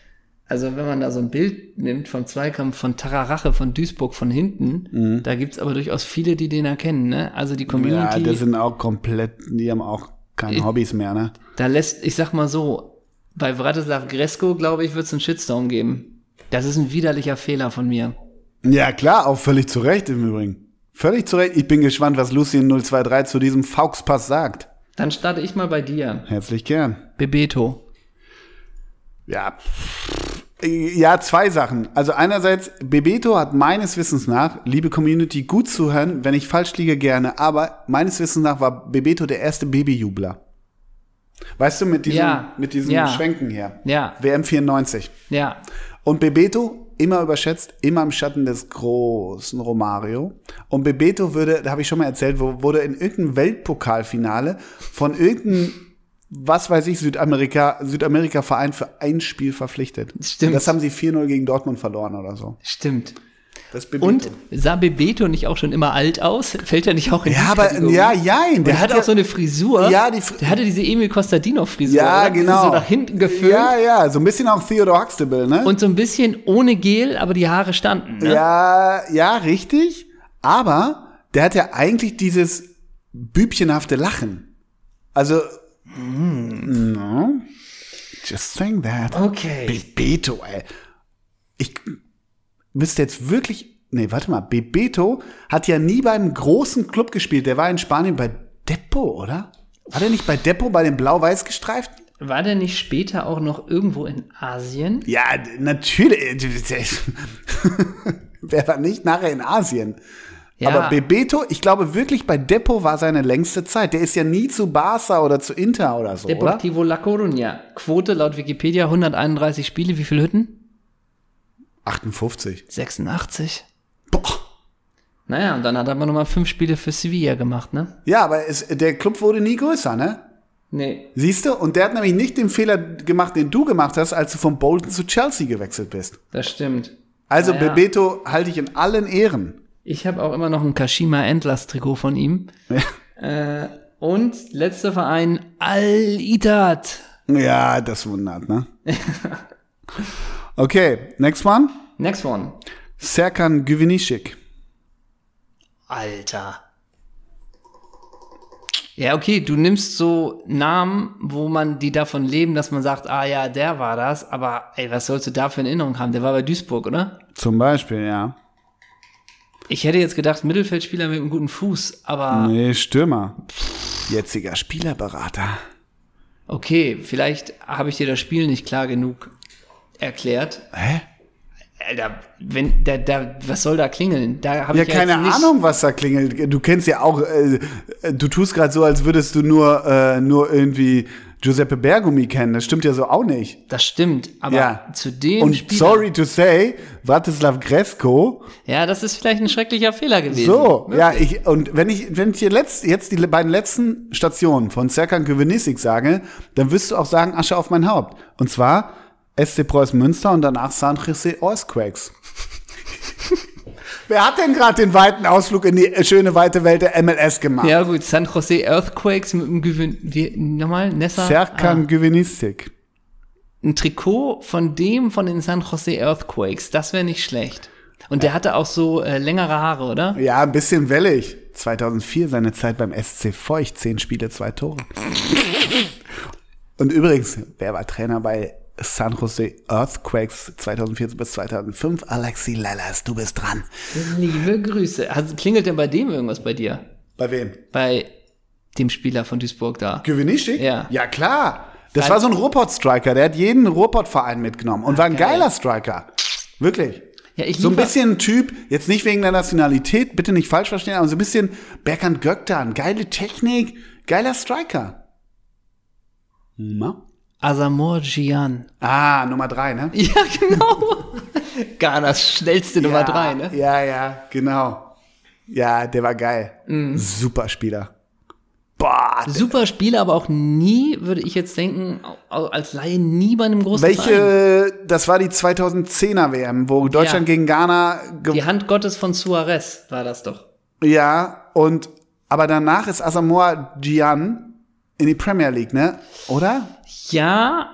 Also wenn man da so ein Bild nimmt vom Zweikampf von Tararache von Duisburg von hinten, da gibt's aber durchaus viele, die den erkennen. Ne? Also die
Mhm. Ja,
Community,
das sind auch komplett, die haben auch
Äh.
keine Hobbys mehr, ne?
da lässt, ich sag mal so, bei Vratislav Gresko, glaube ich, wird's einen Shitstorm geben. Das ist ein widerlicher Fehler von mir.
Ja, klar, auch völlig zu Recht im Übrigen. Völlig zu Recht. Ich bin gespannt, was Lucien 023 zu diesem Fauxpass sagt.
Dann starte ich mal bei dir.
Herzlich gern.
Bebeto.
Ja. pff. Ja, zwei Sachen. Also einerseits, Bebeto hat meines Wissens nach, liebe Community, gut zuhören, wenn ich falsch liege, gerne, aber meines Wissens nach war Bebeto der erste Babyjubler. Weißt du, mit diesen,
Ja.
mit diesen
Ja.
Schwenken hier.
Ja,
WM 94.
ja.
Und Bebeto, immer überschätzt, immer im Schatten des großen Romario. Und Bebeto würde, da habe ich schon mal erzählt, wo- wurde in irgendeinem Weltpokalfinale von irgendeinem, was weiß ich, Südamerika, Südamerika-Verein für ein Spiel verpflichtet.
Stimmt.
Das haben sie 4-0 gegen Dortmund verloren oder so.
Stimmt.
Das Bebeto.
Und sah Bebeto nicht auch schon immer alt aus? Fällt er nicht auch in die
ja, aber,
Kategorie?
ja, jein.
Der hat
ja-
auch so eine Frisur.
Ja, die Fri-
der hatte diese Emil Kostadinov-Frisur.
ja,
oder? Diese
genau.
So nach hinten gefüllt
Ja, ja, so ein bisschen auch Theodore Huxtable, ne?
und so ein bisschen ohne Gel, aber die Haare standen. Ne?
Ja, ja, richtig. Aber der hat ja eigentlich dieses bübchenhafte Lachen. Also, no. Just saying that.
Okay.
Bebeto, ey. Ich müsste jetzt wirklich. Nee, warte mal. Bebeto hat ja nie beim großen Club gespielt. Der war in Spanien bei Depo, oder? War der nicht bei Depo, bei dem blau-weiß gestreiften?
War der nicht später auch noch irgendwo in Asien?
Ja, d- natürlich. Wer war nicht nachher in Asien?
Ja.
Aber Bebeto, ich glaube wirklich, bei Depo war seine längste Zeit. Der ist ja nie zu Barca oder zu Inter oder so, oder?
Deportivo La Coruña. Quote laut Wikipedia 131 Spiele. Wie viele Hütten?
58.
86.
Boah.
Naja, und dann hat er aber nochmal fünf Spiele für Sevilla gemacht, ne?
Ja, aber es, der Club wurde nie größer, ne?
Nee.
Siehst du? Und der hat nämlich nicht den Fehler gemacht, den du gemacht hast, als du von Bolton zu Chelsea gewechselt bist.
Das stimmt.
Also
Na ja.
Bebeto halte ich in allen Ehren.
Ich habe auch immer noch ein Kashima Endlers Trikot von ihm. Äh, und letzter Verein Al Itat.
Ja, das wundert, ne? okay, next one.
Next one.
Serkan Güvenişik.
Alter. Ja, okay, du nimmst so Namen, wo man die davon leben, dass man sagt, ah ja, der war das, aber ey, was sollst du da für eine Erinnerung haben? Der war bei Duisburg, oder?
Zum Beispiel, ja.
Ich hätte jetzt gedacht, Mittelfeldspieler mit einem guten Fuß, aber
Nee, Stürmer. Jetziger Spielerberater.
okay, vielleicht habe ich dir das Spiel nicht klar genug erklärt.
Hä?
Alter, wenn, da, da, was soll da klingeln? Da habe
Ja,
ich
keine
jetzt nicht,
Ahnung, was da klingelt. Du kennst ja auch, äh, du tust gerade so, als würdest du nur, äh, nur irgendwie Giuseppe Bergumi kennen. Das stimmt ja so auch nicht.
Das stimmt, aber
ja.
zu dem
Und
Spieler-
sorry to say, Vratislav Gresko.
Ja, das ist vielleicht ein schrecklicher Fehler gewesen.
So, ja, ich, und wenn ich, wenn ich dir letzt, jetzt die beiden letzten Stationen von Serkan Kövenissig sage, dann wirst du auch sagen, Asche auf mein Haupt. Und zwar SC Preuß Münster und danach San Jose Earthquakes. Wer hat denn gerade den weiten Ausflug in die äh, schöne weite Welt der MLS gemacht?
Ja, gut, San Jose Earthquakes mit dem Gewinn. Wie, nochmal, Nessa?
Serkan Kövenissig.
ein Trikot von dem von den San Jose Earthquakes. Das wäre nicht schlecht. Und der hatte auch so äh, längere Haare, oder?
Ja, ein bisschen wellig. 2004 seine Zeit beim SC Feucht, zehn Spiele, zwei Tore. Und übrigens, wer war Trainer bei San Jose Earthquakes 2014 bis 2005? Alexi Lellas, du bist dran.
Liebe Grüße. Also, klingelt denn bei dem irgendwas bei dir?
Bei wem?
Bei dem Spieler von Duisburg da?
Gewinnischig?
Ja.
Ja, klar. Das
Dann-
war so ein Ruhrpott-Striker. Der hat jeden Ruhrpott-Verein mitgenommen und war ein
geil.
geiler Striker. Wirklich.
Ja, ich
so ein
lieber-
bisschen Typ, jetzt nicht wegen der Nationalität, bitte nicht falsch verstehen, aber so ein bisschen Berkan Göktan. Geile Technik, geiler Striker. Na?
Asamoah Gyan.
Ah, Nummer drei, ne?
Ja, genau. Ghanas schnellste Nummer drei, ne?
Ja, ja, genau. Ja, der war geil.
Mhm.
Super Spieler. Boah,
Super Spieler, aber auch nie, würde ich jetzt denken, au- als Laie nie bei einem großen Verein.
welche, das war die 2010er WM, wo Deutschland gegen Ghana gewonnen
Die Hand Gottes von Suarez war das doch.
Ja, und aber danach ist Asamoah Gyan in die Premier League, ne? Oder?
Ja,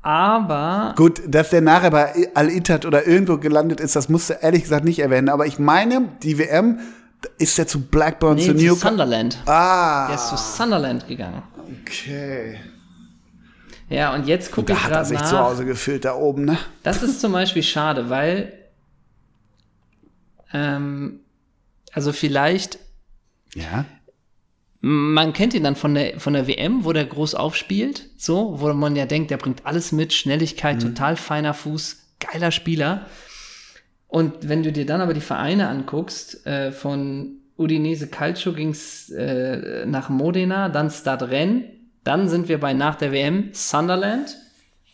aber
Gut, dass der nachher bei Al Ittihad oder irgendwo gelandet ist, das musste ehrlich gesagt nicht erwähnen, aber ich meine, die WM ist ja zu Blackburn
nee,
zu
zu
Newcastle.
Sunderland.
Ah,
Er ist zu Sunderland gegangen.
okay.
Ja, und jetzt gucke ich
Da hat er
gerade
sich
nach.
zu Hause gefühlt da oben, ne?
Das ist zum Beispiel schade, weil ähm, also vielleicht
Ja.
man kennt ihn dann von der, von der WM, wo der groß aufspielt, so, wo man ja denkt, der bringt alles mit, Schnelligkeit, total feiner Fuß, geiler Spieler. Und wenn du dir dann aber die Vereine anguckst, äh, von Udinese Calcio ging's äh, nach Modena, dann Stad Rennes, dann sind wir bei nach der WM Sunderland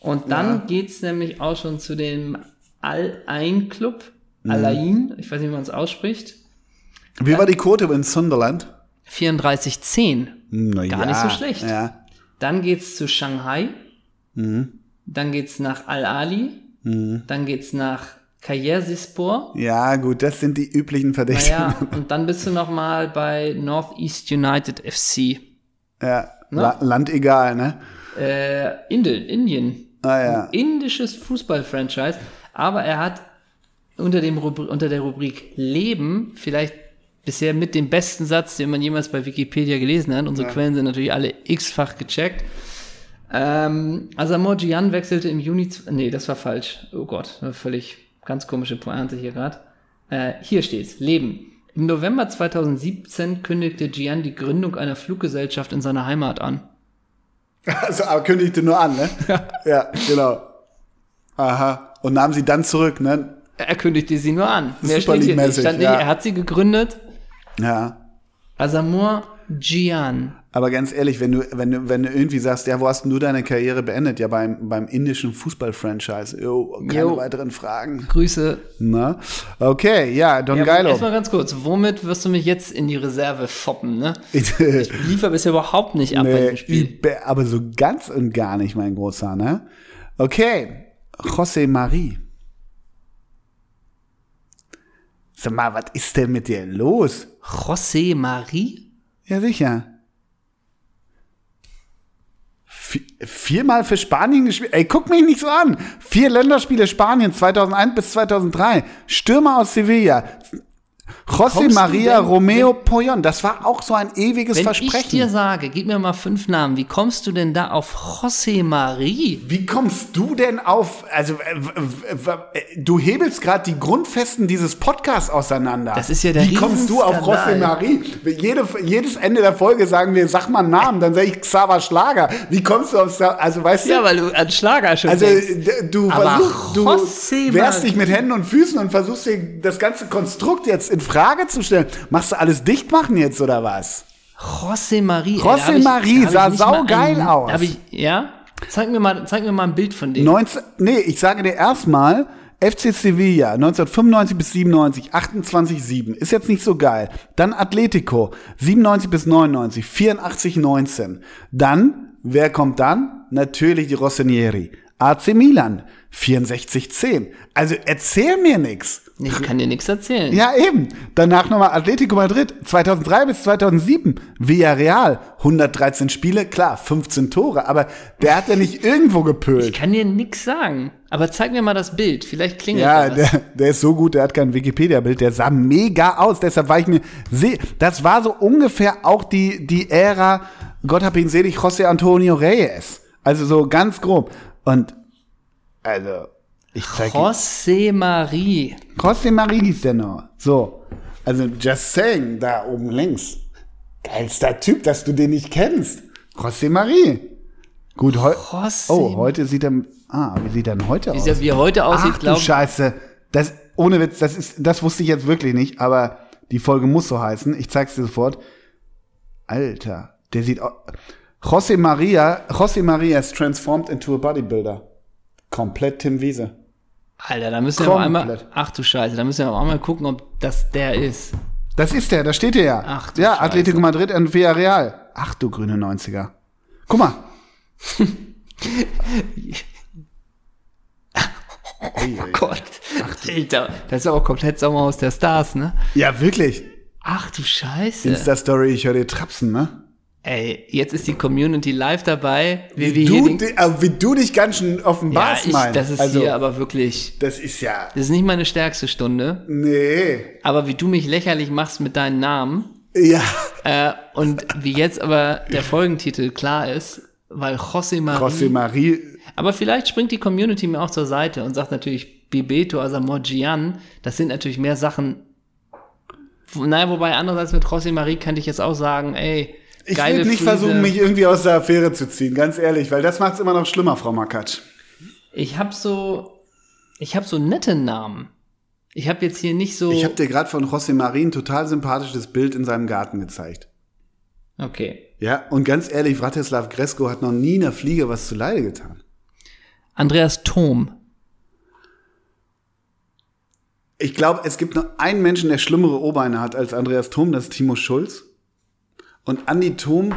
und dann geht's nämlich auch schon zu dem Al-Ain-Club, Al-Ain, ich weiß nicht, wie man es ausspricht,
Wie war die Quote in Sunderland?
34-10.
Na
Gar nicht so schlecht.
Ja.
Dann geht's zu Shanghai. Dann geht's nach Al-Ali. Dann geht's nach Kajersispor.
ja, gut, das sind die üblichen Verdächtigen.
Naja, und dann bist du nochmal bei Northeast United FC.
Ja. La Land egal, ne?
Äh, Indien. Indien.
Ah ja.
Ein Indisches Fußball-Franchise. Aber er hat unter, dem Rubri unter der Rubrik Leben vielleicht bisher mit dem besten Satz, den man jemals bei Wikipedia gelesen hat. Unsere Quellen sind natürlich alle x-fach gecheckt. Ähm, Asamoah Gyan wechselte im Juni. zu- Nee, das war falsch. Oh Gott, völlig ganz komische Pointe hier gerade. Äh, hier steht's: Leben. Im November 2017 kündigte Gian die Gründung einer Fluggesellschaft in seiner Heimat an.
Also, aber kündigte nur an, ne? ja, genau. Aha. Und nahm sie dann zurück, ne?
Er kündigte sie nur an. Mehr
Super
steht hier nicht.
League-mäßig,
Stand nicht.
ja.
Er hat sie gegründet.
Ja.
Asamoah Gyan.
Aber ganz ehrlich, wenn du, wenn du, wenn du irgendwie sagst, ja, wo hast denn du deine Karriere beendet? Ja, beim, beim indischen Fußball-Franchise. Jo, keine
Jo.
weiteren Fragen.
Grüße.
Na? Okay, ja, Don
Ja,
Geilo.
Erstmal ganz kurz. Womit wirst du mich jetzt in die Reserve foppen, ne?
Ich-
Liefer bisher überhaupt nicht ab bei
nee,
dem Spiel.
über- aber so ganz und gar nicht, mein Großer, ne? Okay. José Marie. Sag mal, was ist denn mit dir los?
José Marie?
Ja, sicher. Vi- Viermal für Spanien gespielt. Ey, guck mich nicht so an. Vier Länderspiele Spanien 2001 bis 2003. Stürmer aus Sevilla. José
kommst du
Maria
denn-
Romeo Poyon, das war auch so ein ewiges
Wenn ich
Versprechen.
dir sage, gib mir mal fünf Namen, wie kommst du denn da auf José Marie?
Wie kommst du denn auf, also äh, w- w- w- äh, du hebelst gerade die Grundfesten dieses Podcasts auseinander.
Das ist ja der
Wie kommst du auf
Riesenskandal.
José Marie? Jede, jedes Ende der Folge sagen wir, sag mal einen Namen, dann sage ich Xaver Schlager. Wie kommst du auf, Sa- also weißt du,
Ja, weil du an Schlager schon
also
denkst.
d- du,
Aber
versuchst, du
José
wehrst
Marie.
dich mit Händen und Füßen und versuchst dir das ganze Konstrukt jetzt in Frage zu stellen. Machst du alles dicht machen jetzt oder was?
José Marie.
José Marie sah saugeil aus.
Hab ich, ja? Zeig mir, mal, zeig mir mal ein Bild von dem.
19, nee, ich sage dir erstmal, FC Sevilla 1995 bis 97, 28, 7. Ist jetzt nicht so geil. Dann Atletico 97 bis 99, 84, 19. Dann, wer kommt dann? Natürlich die Rossinieri. AC Milan 64, 10. Also erzähl mir nix.
Ich kann dir nichts erzählen.
Ja, eben. Danach nochmal Atletico Madrid, 2003 bis 2007. Villarreal, 113 Spiele, klar, 15 Tore. Aber der hat ja nicht irgendwo gepölt.
Ich kann dir nichts sagen. Aber zeig mir mal das Bild. Vielleicht klingelt
Ja,
da was.
der, der ist so gut, der hat kein Wikipedia-Bild, der sah mega aus. Deshalb war ich mir. se- Das war so ungefähr auch die, die Ära, Gott hab ihn selig, José Antonio Reyes. Also so ganz grob. Und also, ich zeig dir-
José Marie.
José Marie hieß der noch. So. Also just saying, da oben links. Geilster Typ, dass du den nicht kennst. José Marie. Gut, heu
José-
Oh, heute sieht er. Ah, wie sieht er denn heute
Wie
aus?
er- wie er heute aussieht,
Ach du
glaube ich.
Scheiße. Das, ohne Witz, das, ist, das wusste ich jetzt wirklich nicht, aber die Folge muss so heißen. Ich zeig's dir sofort. Alter, der sieht aus. José Maria, José Maria is transformed into a bodybuilder. Komplett Tim Wiese.
Alter, da müssen wir aber einmal.
Komplett.
Ach du Scheiße, da müssen wir aber einmal gucken, ob das der ist.
Das ist der, da steht er ja.
Ach du
ja,
Scheiße.
Atletico Madrid und Villarreal. Ach du grüne 90er. Guck mal.
Oh Gott. Alter, das ist aber komplett Sommerhaus der Stars, ne?
Ja, wirklich.
Ach du Scheiße.
Insta-Story, ich höre dir Trapsen, ne?
Ey, jetzt ist die Community live dabei. Wie, wir hier
Du,
den-
di- äh, wie du dich ganz schön
ja,
offenbarst,
ich,
mein.
das ist
also,
hier aber wirklich.
das ist ja.
Das ist nicht meine stärkste Stunde.
Nee.
Aber wie du mich lächerlich machst mit deinen Namen
Ja.
äh, und wie jetzt aber der Folgentitel klar ist, weil José Marie.
José Marie.
Aber vielleicht springt die Community mir auch zur Seite und sagt natürlich Bibeto, also Morgian. Das sind natürlich mehr Sachen. Wo- Naja, wobei andererseits mit José Marie könnte ich jetzt auch sagen, ey,
Ich
geile
will nicht
Friese.
versuchen, mich irgendwie aus der Affäre zu ziehen, ganz ehrlich, weil das macht's immer noch schlimmer, Frau Makatsch.
Ich habe so, ich habe so nette Namen. Ich habe jetzt hier nicht so.
Ich habe dir gerade von José Marie ein total sympathisches Bild in seinem Garten gezeigt.
okay.
Ja, und ganz ehrlich, Vratislav Gresko hat noch nie einer Fliege was zu Leide getan.
Andreas Thom.
Ich glaube, es gibt nur einen Menschen, der schlimmere Ohrbeine hat als Andreas Thom, das ist Timo Schulz. Und Andi Thom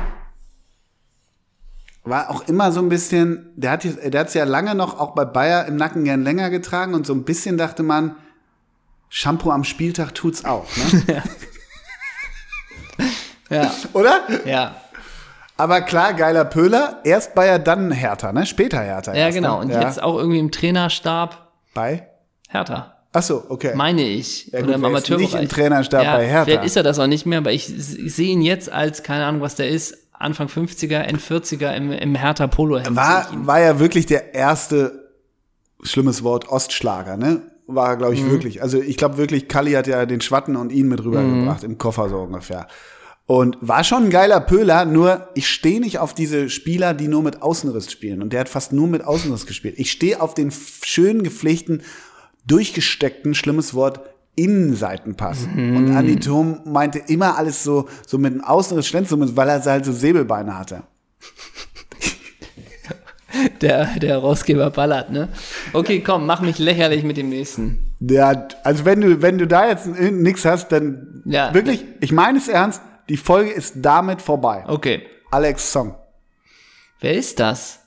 war auch immer so ein bisschen, der hat es ja lange noch auch bei Bayer im Nacken gern länger getragen und so ein bisschen dachte man, Shampoo am Spieltag tut's auch, ne?
Ja,
oder?
ja,
Aber klar, geiler Pöhler, erst Bayer, dann Hertha, ne? Später Hertha.
ja,
erst,
genau.
ne?
Und
ja.
jetzt auch irgendwie im Trainerstab
Bei?
Hertha,
Achso, okay.
meine ich.
Ja, gut,
Oder im
wer ist
Amateurbereich.
nicht im Trainerstab bei Hertha?
Vielleicht ist er das auch nicht mehr, aber ich, s- ich sehe ihn jetzt als, keine Ahnung, was der ist, Anfang 50er, End 40er im, im Hertha Polo Hemd.
war, war ja wirklich der erste, schlimmes Wort, Ostschlager, ne? War, glaube ich, wirklich. Also ich glaube wirklich, Kalli hat ja den Schwatten und ihn mit rübergebracht, im Koffer so ungefähr. Und war schon ein geiler Pöhler, nur ich stehe nicht auf diese Spieler, die nur mit Außenriss spielen. Und der hat fast nur mit Außenriss gespielt. Ich stehe auf den f- schön gepflegten, durchgesteckten, schlimmes Wort, Innenseitenpass. Und Andi Thom meinte immer alles so, so mit dem Außenriss schlänzen, weil er halt so Säbelbeine hatte.
Der, der Herausgeber ballert, ne? Okay, komm, mach mich lächerlich mit dem nächsten.
Ja, also wenn du, wenn du da jetzt nichts hast, dann
Ja.
wirklich, ich meine es ernst, die Folge ist damit vorbei.
Okay.
Alex Song.
Wer ist das?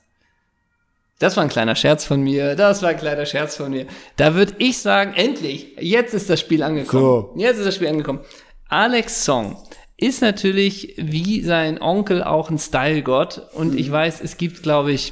Das war ein kleiner Scherz von mir. Das war ein kleiner Scherz von mir. Da würde ich sagen, endlich, jetzt ist das Spiel angekommen.
So.
Jetzt ist das Spiel angekommen. Alex Song ist natürlich wie sein Onkel auch ein Stylegott. Und ich weiß, es gibt, glaube ich,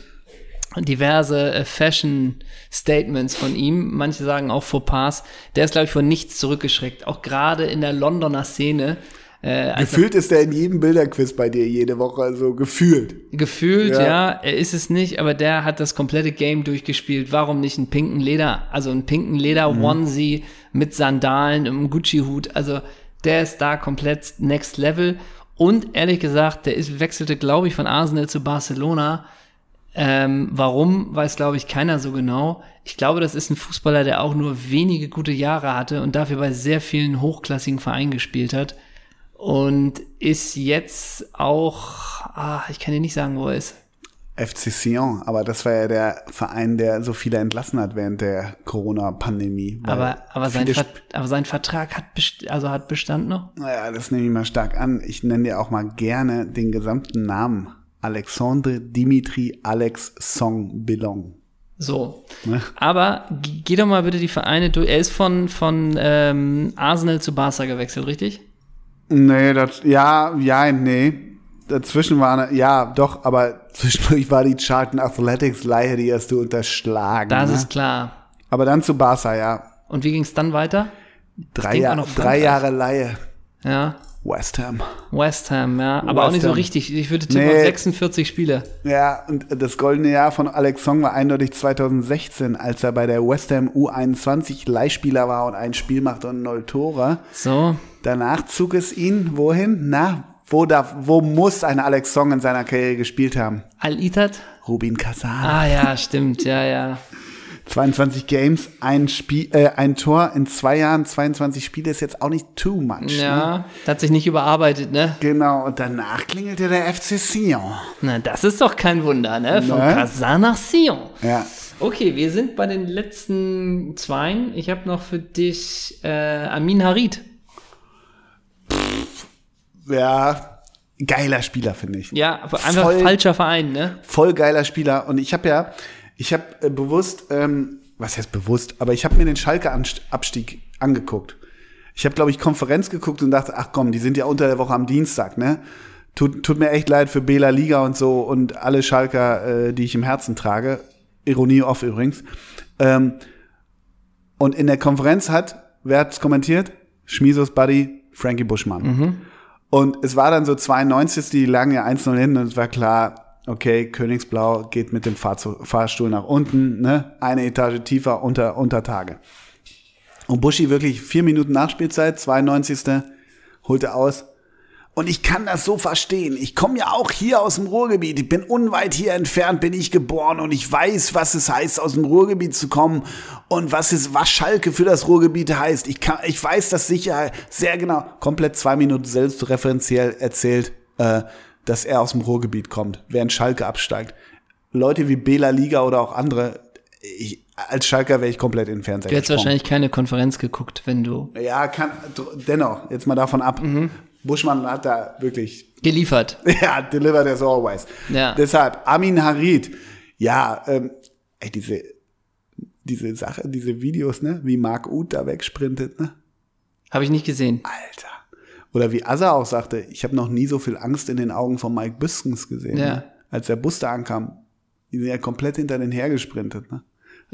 diverse äh, Fashion-Statements von ihm, manche sagen auch Fauxpas, der ist, glaube ich, vor nichts zurückgeschreckt. Auch gerade in der Londoner Szene also-
gefühlt ist er in jedem Bilderquiz bei dir jede Woche, also gefühlt.
Gefühlt,
Ja.
ja. er ist es nicht, aber der hat das komplette Game durchgespielt. Warum nicht einen pinken Leder, also einen pinken Leder-Onesie mit Sandalen, im Gucci-Hut? Also der ist da komplett next level. Und ehrlich gesagt, der ist, wechselte, glaube ich, von Arsenal zu Barcelona. Ähm, warum, weiß, glaube ich, keiner so genau. Ich glaube, das ist ein Fußballer, der auch nur wenige gute Jahre hatte und dafür bei sehr vielen hochklassigen Vereinen gespielt hat. Und ist jetzt auch, ah, ich kann dir nicht sagen, wo er ist.
FC Sion, aber das war ja der Verein, der so viele entlassen hat während der Corona-Pandemie. weil
Aber, aber, sein,
viele
Ver aber sein Vertrag hat, best also hat Bestand noch.
Naja, das nehme ich mal stark an. Ich nenne dir auch mal gerne den gesamten Namen. Alexandre Dimitri Alex Song Belong.
So.
Ne?
Aber g- geh doch mal bitte die Vereine durch. Er ist von, von ähm, Arsenal zu Barca gewechselt, richtig?
Nee, das, ja, ja, nee. Dazwischen war, ne- ja, doch, aber zwischendurch war die Charlton Athletics Leihe, die hast du unterschlagen.
Das
ne?
ist klar.
aber dann zu Barca, ja.
Und wie ging es dann weiter?
Drei,
Denk mal
Jahr,
noch
drei
Frankreich.
Jahre Leihe.
Ja.
West Ham.
West Ham, ja. Aber auch
West
nicht so
Ham.
richtig. Ich würde tippen
Nee.
auf 46 Spiele.
Ja, und das goldene Jahr von Alex Song war eindeutig 2016, als er bei der West Ham U21 Leihspieler war und ein Spiel machte und null Tore.
So.
Danach zog es ihn wohin? Na, wo, darf, wo muss ein Alex Song in seiner Karriere gespielt haben?
Al-Itat?
Rubin Kazan.
Ah ja, stimmt. Ja, ja.
22 Games, ein, Spiel, äh, ein Tor in zwei Jahren, 22 Spiele ist jetzt auch nicht too much. Ne?
Ja, der hat sich nicht überarbeitet, ne?
Genau, und danach klingelte der FC Sion.
Na, das ist doch kein Wunder, ne? Von
Ne?
Kazan nach Sion.
Ja.
Okay, wir sind bei den letzten zweien. Ich habe noch für dich äh, Amin Harid.
Ja, geiler Spieler, finde ich.
Ja, aber einfach
Voll-
falscher Verein, ne?
voll geiler Spieler. Und ich habe ja, ich habe äh, bewusst, ähm, was heißt bewusst, aber ich habe mir den Schalke-Abstieg angeguckt. Ich habe, glaube ich, Konferenz geguckt und dachte, ach komm, die sind ja unter der Woche am Dienstag, ne? Tut, tut mir echt leid für Bela Liga und so und alle Schalker, äh, die ich im Herzen trage. Ironie off übrigens. Ähm, und in der Konferenz hat, wer hat's kommentiert? Schmisos Buddy, Frankie Buschmann. Und es war dann so 92, die lagen ja 1-0 hin und es war klar, okay, Königsblau geht mit dem Fahrzu- Fahrstuhl nach unten, ne? eine Etage tiefer unter, unter Tage. Und Buschi wirklich vier Minuten Nachspielzeit, 92. holte aus. Und ich kann das so verstehen. Ich komme ja auch hier aus dem Ruhrgebiet. Ich bin unweit hier entfernt, bin ich geboren und ich weiß, was es heißt, aus dem Ruhrgebiet zu kommen und was es, was Schalke für das Ruhrgebiet heißt. Ich kann, ich weiß das sicher sehr genau. Komplett zwei Minuten selbstreferenziell erzählt, äh, dass er aus dem Ruhrgebiet kommt, während Schalke absteigt. Leute wie Bela Liga oder auch andere, ich, als Schalker wäre ich komplett in den Fernseher
Du hättest
gesprungen.
wahrscheinlich keine Konferenz geguckt, wenn du
Ja, kann, dr- dennoch, jetzt mal davon ab.
Mhm.
Buschmann hat da wirklich,
geliefert.
ja, delivered as always.
Ja.
Deshalb, Amin Harid, ja, ähm, ey, diese, diese Sache, diese Videos, ne, wie Marc Uth da wegsprintet, ne,
Habe ich nicht gesehen.
Alter. Oder wie Asa auch sagte, ich habe noch nie so viel Angst in den Augen von Mike Büskens gesehen,
Ja.
ne? als der Bus da ankam. Die sind ja komplett hinter den hergesprintet, ne.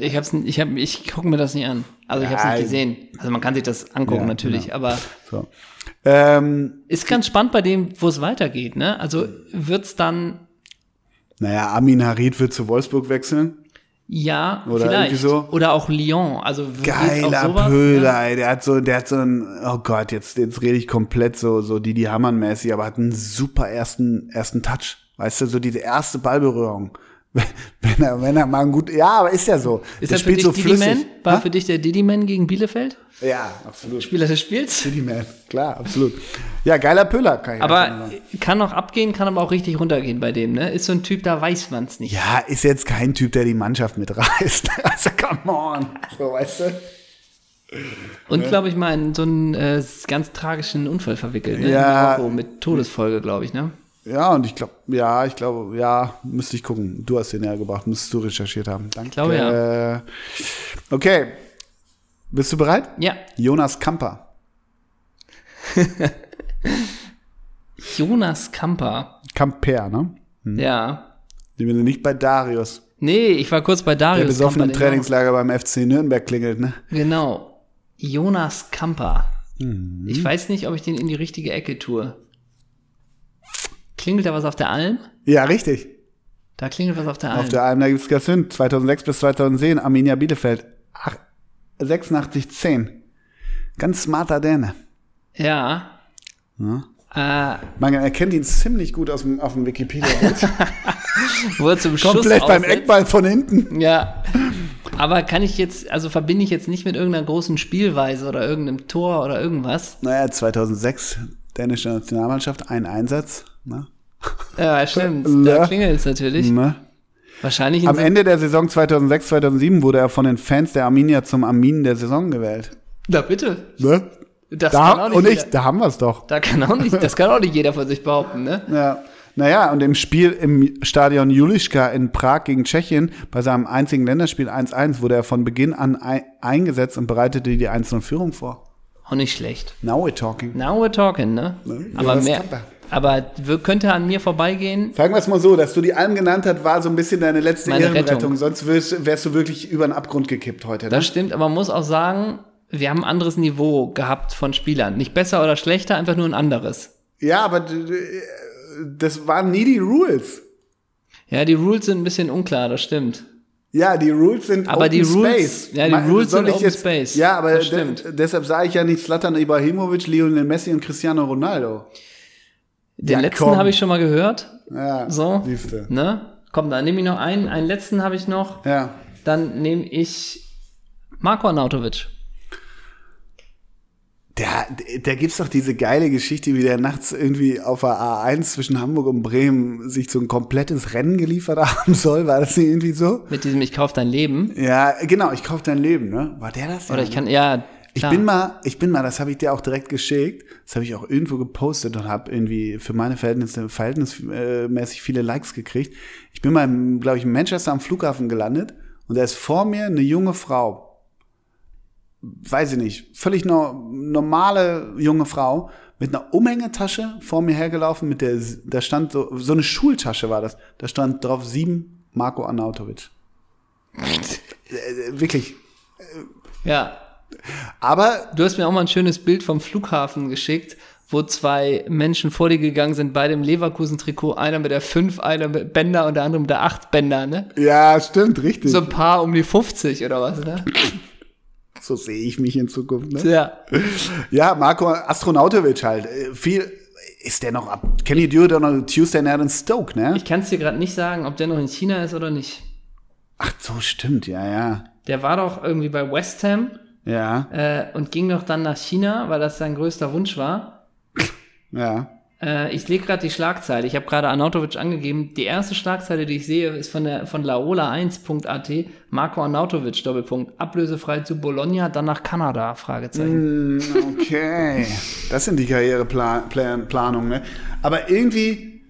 Ich hab's, n- ich hab, ich gucke mir das nicht an. Also ich habe
Ja,
nicht gesehen. Also man kann sich das angucken
Ja,
natürlich,
genau.
aber
So. Ähm,
ist ganz spannend bei dem, wo es weitergeht, ne? Also wird's dann
naja, Amin Harid wird zu Wolfsburg wechseln.
ja
Oder
vielleicht
irgendwie so.
oder auch Lyon. Also geht's
Geiler
auch sowas,
Pöhler,
ne?
ey. Der hat so, der hat so ein, oh Gott, jetzt, jetzt rede ich komplett so, so Didi Hammern-mäßig, aber hat einen super ersten, ersten Touch. Weißt du, so diese erste Ballberührung. Wenn- Wenn er, wenn er mal ein gut, ja, aber ist ja so.
Ist
der
das für dich
so
Didi Man?
flüssig.
War
Hä?
für dich der Didi Man gegen Bielefeld?
Ja, absolut.
Spieler des Spiels?
Didi Man, klar, absolut. Ja, geiler Pöhler kann ich einfach nur
Aber
sagen.
kann auch abgehen, kann aber auch richtig runtergehen bei dem, ne? Ist so ein Typ, da weiß man's nicht.
ja, ist jetzt kein Typ, der die Mannschaft mitreißt. Also, come on. So, weißt du?
Und
ne?
glaube ich mal in so einen äh, ganz tragischen Unfall verwickelt, ne?
Ja.
In Marokko mit Todesfolge, glaube ich, ne?
Ja, und ich glaube, ja, ich glaube, ja, müsste ich gucken. Du hast den ja gebracht, müsstest du recherchiert haben. Danke. Ich
glaube,
ja. Okay. Bist du bereit?
Ja,
Jonas Kamper.
Jonas Kamper.
Kamper, ne?
Ja.
Hm. Wir sind ne? nicht bei Darius.
Nee, ich war kurz bei Darius.
Der besoffen im
Kamper, den-
Trainingslager beim FC Nürnberg klingelt, ne?
Genau. Jonas Kamper.
Mhm.
Ich weiß nicht, ob ich den in die richtige Ecke tue. Klingelt da was auf der Alm?
Ja, richtig.
Da klingelt was auf der Alm.
Auf der Alm, da gibt's Gassin, 2006 bis 2010, Arminia Bielefeld, Ach, 86, 10. Ganz smarter Däne.
ja. Äh,
Man erkennt ihn ziemlich gut aus dem, auf dem Wikipedia.
wo er zum Schuss
Komplett beim
aussetzt.
Eckball von hinten.
Ja. Aber kann ich jetzt, also verbinde ich jetzt nicht mit irgendeiner großen Spielweise oder irgendeinem Tor oder irgendwas.
Naja, 2006, dänische Nationalmannschaft, ein Einsatz. Ne?
Ja, stimmt. Da
Ja.
klingelt es natürlich.
Ne?
Wahrscheinlich in
Am
so-
Ende der Saison 2006, 2007 wurde er von den Fans der Arminia zum Armin der Saison gewählt.
Na bitte.
Ne?
Das kann
Da,
auch nicht
und ich,
jeder.
da haben wir's doch.
Da kann auch nicht, das kann auch nicht jeder von sich behaupten, ne?
Ja. Naja, und im Spiel im Stadion Juliska in Prag gegen Tschechien, bei seinem einzigen Länderspiel 1-1, wurde er von Beginn an ei- eingesetzt und bereitete die 1-0-Führung vor.
Auch nicht schlecht.
Now we're talking.
Now we're talking, ne? aber
Jonas
mehr,
Kamper.
aber wir- könnte an mir vorbeigehen.
Sagen wir es mal so, dass du die Alm genannt hast, war so ein bisschen deine letzte
Meine
Ehrenrettung.
Rettung.
Sonst wärst, wärst du wirklich über den Abgrund gekippt heute. Ne?
Das stimmt, aber man muss auch sagen, wir haben ein anderes Niveau gehabt von Spielern. Nicht besser oder schlechter, einfach nur ein anderes.
Ja, aber d- d- das waren nie die Rules.
Ja, die Rules sind ein bisschen unklar, das stimmt.
Ja, die Rules sind
Aber
Open
die Rules-
Space.
ja, die
Ma-
Rules
soll
sind
ich
Open
jetzt,
Space.
Ja, aber
Das
de
stimmt.
deshalb sage ich ja nicht Zlatan Ibrahimovic, Lionel Messi und Cristiano Ronaldo.
Den
Ja,
letzten
komm.
habe ich schon mal gehört.
Ja,
So.
siehste.
Ne? Komm, dann nehme ich noch einen. Einen letzten habe ich noch.
Ja.
Dann nehme ich Marko Arnautovic.
Der, der gibt's doch diese geile Geschichte, wie der nachts irgendwie auf der A1 zwischen Hamburg und Bremen sich so ein komplettes Rennen geliefert haben soll. War das nicht irgendwie so?
Mit diesem Ich kauf dein Leben.
Ja, genau, ich kauf dein Leben, ne? War der das?
Oder
Ja,
ich
ne?
kann, ja,
Ich
klar.
bin mal, ich bin mal, das habe ich dir auch direkt geschickt, das habe ich auch irgendwo gepostet und habe irgendwie für meine Verhältnisse verhältnismäßig viele Likes gekriegt. Ich bin mal, glaube ich, in Manchester am Flughafen gelandet und da ist vor mir eine junge Frau, weiß ich nicht, völlig no, normale junge Frau mit einer Umhängetasche vor mir hergelaufen, mit der, da stand so, so eine Schultasche war das, da stand drauf sieben Marco Arnautovic. Äh, äh, Wirklich.
ja.
Aber
Du hast mir auch mal ein schönes Bild vom Flughafen geschickt, wo zwei Menschen vor dir gegangen sind, beide im Leverkusen-Trikot, einer mit der 5, einer mit Bänder und der andere mit der 8 Bänder, ne?
Ja, stimmt, richtig.
So
So,
ein Paar um die 50 oder was, ne?
sehe ich mich in Zukunft. Ne?
Ja.
Ja, Marco Astronautovic halt. Äh, Viel ist der noch ab. Kenny Dude on a Tuesday Night in Stoke, ne?
Ich kann es dir gerade nicht sagen, ob der noch in China ist oder nicht.
Ach so, stimmt, ja, ja.
Der war doch irgendwie bei West Ham
Ja,
äh, und ging doch dann nach China, weil das sein größter Wunsch war.
ja.
Äh, ich lege gerade die Schlagzeile. Ich habe gerade Arnautovic angegeben. Die erste Schlagzeile, die ich sehe, ist von, der, von laola1.at. Marco Arnautovic, Doppelpunkt. Ablösefrei zu Bologna, dann nach Kanada, Fragezeichen.
Hm, Okay. Das sind die Karriereplanungen, ne? Aber irgendwie,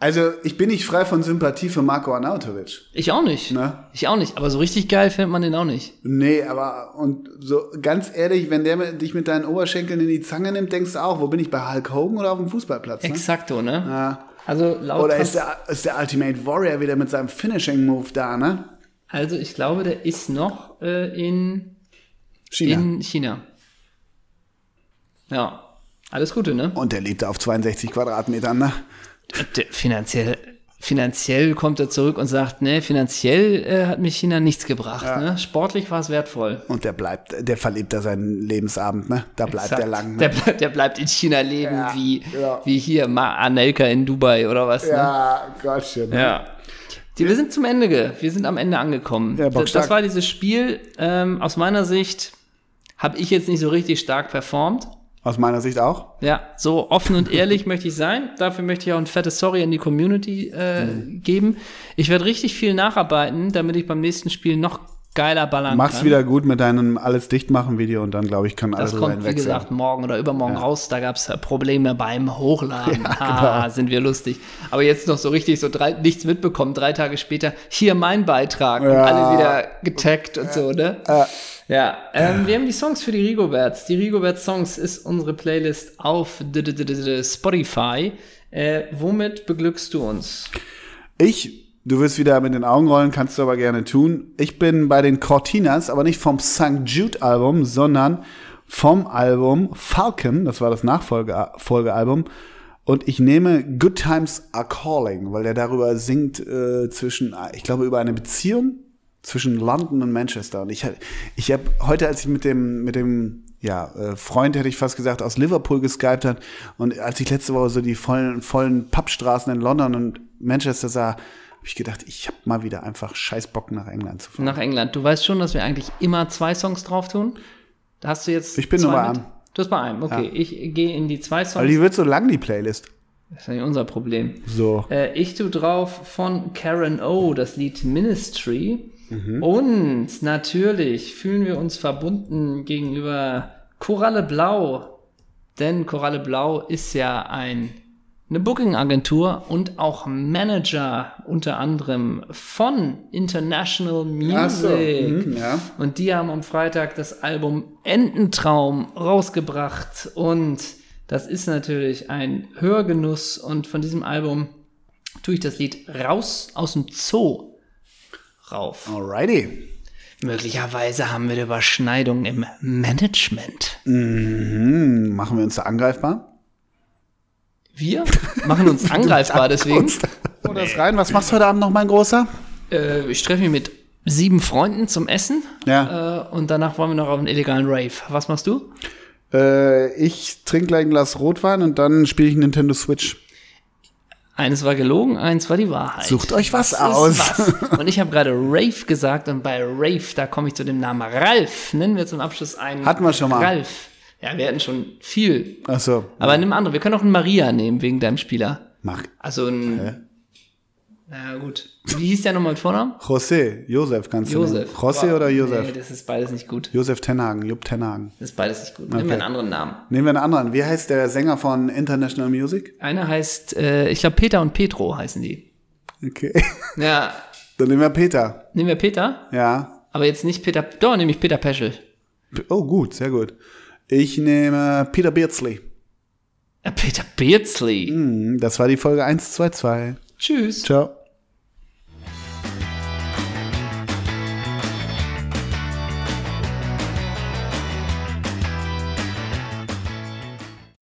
also ich bin nicht frei von Sympathie für Marco Arnautovic.
Ich auch nicht.
Ne?
Ich auch nicht. Aber so richtig geil findet man den auch nicht.
Nee, aber und so ganz ehrlich, wenn der mit- dich mit deinen Oberschenkeln in die Zange nimmt, denkst du auch, wo bin ich bei Hulk Hogan oder auf dem Fußballplatz? Ne?
Exakto, ne?
Ja.
Also laut
Oder ist der, ist der Ultimate Warrior wieder mit seinem Finishing-Move da, ne?
Also ich glaube, der ist noch äh, in,
China.
in China. Ja. Alles Gute, ne?
Und der lebt da auf 62 Quadratmetern, ne?
Der finanziell, finanziell kommt er zurück und sagt, ne, finanziell äh, hat mich China nichts gebracht. Ne? Sportlich war es wertvoll.
Und der bleibt, der verlebt da seinen Lebensabend, ne? Da bleibt
Sagt,
der lang.
der,
Ne?
bleibt, der bleibt in China leben,
Ja,
wie,
ja.
wie hier Ma Anelka in Dubai oder was. Ne?
ja, Gottchen.
ja. Die, wir sind zum Ende, ge- wir sind am Ende angekommen.
Ja,
das,
bockstark.
das war dieses Spiel. Ähm, aus meiner Sicht habe ich jetzt nicht so richtig stark performt.
Aus meiner Sicht auch.
Ja, so offen und ehrlich möchte ich sein. Dafür möchte ich auch ein fettes Sorry an die Community äh,
Mhm.
geben. Ich werde richtig viel nacharbeiten, damit ich beim nächsten Spiel noch geiler ballern
Mach's
kann.
wieder gut mit deinem alles dicht machen Video und dann glaube ich kann alles
Das kommt, wie gesagt, morgen oder übermorgen raus. Da gab's äh, Probleme beim Hochladen. ah,
genau.
sind wir lustig. Aber jetzt noch so richtig so drei, nichts mitbekommen. Drei Tage später, hier mein Beitrag. Und
Ja.
alle wieder getaggt und so, ne? Ja. Ähm, wir haben die Songs für die Rigoberts. Die Rigoberts Songs ist unsere Playlist auf d- d- d- d- d- Spotify. Äh, womit beglückst du uns?
Ich Du wirst wieder mit den Augen rollen, kannst du aber gerne tun. Ich bin bei den Cortinas, aber nicht vom St. Jude Album, sondern vom Album Falcon, das war das Nachfolgealbum. Und ich nehme Good Times Are Calling, weil der darüber singt äh, zwischen, ich glaube, über eine Beziehung zwischen London und Manchester. Und ich, hab- ich habe heute, als ich mit dem, mit dem ja, äh, Freund, hätte ich fast gesagt, aus Liverpool geskypt hat, und als ich letzte Woche so die vollen, vollen Pappstraßen in London und Manchester sah, habe ich gedacht, ich habe mal wieder einfach scheiß Bock nach England zu fahren.
Nach England. Du weißt schon, dass wir eigentlich immer zwei Songs drauf tun. Da hast du jetzt.
Ich bin
zwei
nur bei
mit?
einem.
Du bist bei einem, okay. Ich gehe in die zwei Songs.
Weil die wird so lang, die Playlist.
das ist ja nicht unser Problem.
So.
Äh, ich tue drauf von Karen O, das Lied Ministry.
Mhm.
Und natürlich fühlen wir uns verbunden gegenüber Koralle Blau. Denn Koralle Blau ist ja ein, eine Booking-Agentur und auch Manager unter anderem von International Äh, Music.
Ach so, mhm.
Hm, ja.
Und die haben am Freitag das Album Ententraum rausgebracht. Und das ist natürlich ein Hörgenuss. Und von diesem Album tue ich das Lied Raus aus dem Zoo rauf.
Alrighty.
Möglicherweise haben wir Überschneidungen im Management.
Mhm, machen wir uns da angreifbar?
Wir machen uns angreifbar deswegen.
Oder das rein? Was machst du heute Abend noch, mein Großer?
Äh, ich treffe mich mit sieben Freunden zum Essen.
Ja.
Äh, und danach wollen wir noch auf einen illegalen Rave. Was machst du?
Äh, ich trinke gleich ein Glas Rotwein und dann spiele ich Nintendo Switch.
Eines war gelogen, eins war die Wahrheit.
Sucht euch was
Das ist
aus.
was. Und ich habe gerade Rave gesagt und bei Rave, da komme ich zu dem Namen Ralf. Nennen wir zum Abschluss einen.
Hatten wir schon mal.
Ralf. Ja, wir hatten schon viel.
Ach so.
Aber nimm andere. Wir können auch einen Maria nehmen wegen deinem Spieler.
Mach.
Also ein. Na gut. Wie hieß der nochmal mit Vornamen?
José, Josef kannst du. nehmen.
Josef.
José
Boah,
oder Josef?
Nee, das ist beides nicht gut.
Josef Tenhagen, Jupp Tenhagen.
Das ist beides nicht gut. Nimm
Okay.
wir einen anderen Namen.
Nehmen wir einen anderen. Wie heißt der Sänger von International Music?
Einer heißt, äh, ich glaube Peter und Petro heißen die.
Okay.
Ja,
dann nehmen wir Peter.
nehmen wir Peter,
Ja.
aber jetzt nicht Peter. Doch, nehme ich Peter Peschel.
P- Oh, gut, sehr gut. Ich nehme Peter Beardsley.
Äh, Peter Beardsley.
Hm, Das war die Folge 122.
Tschüss.
Ciao.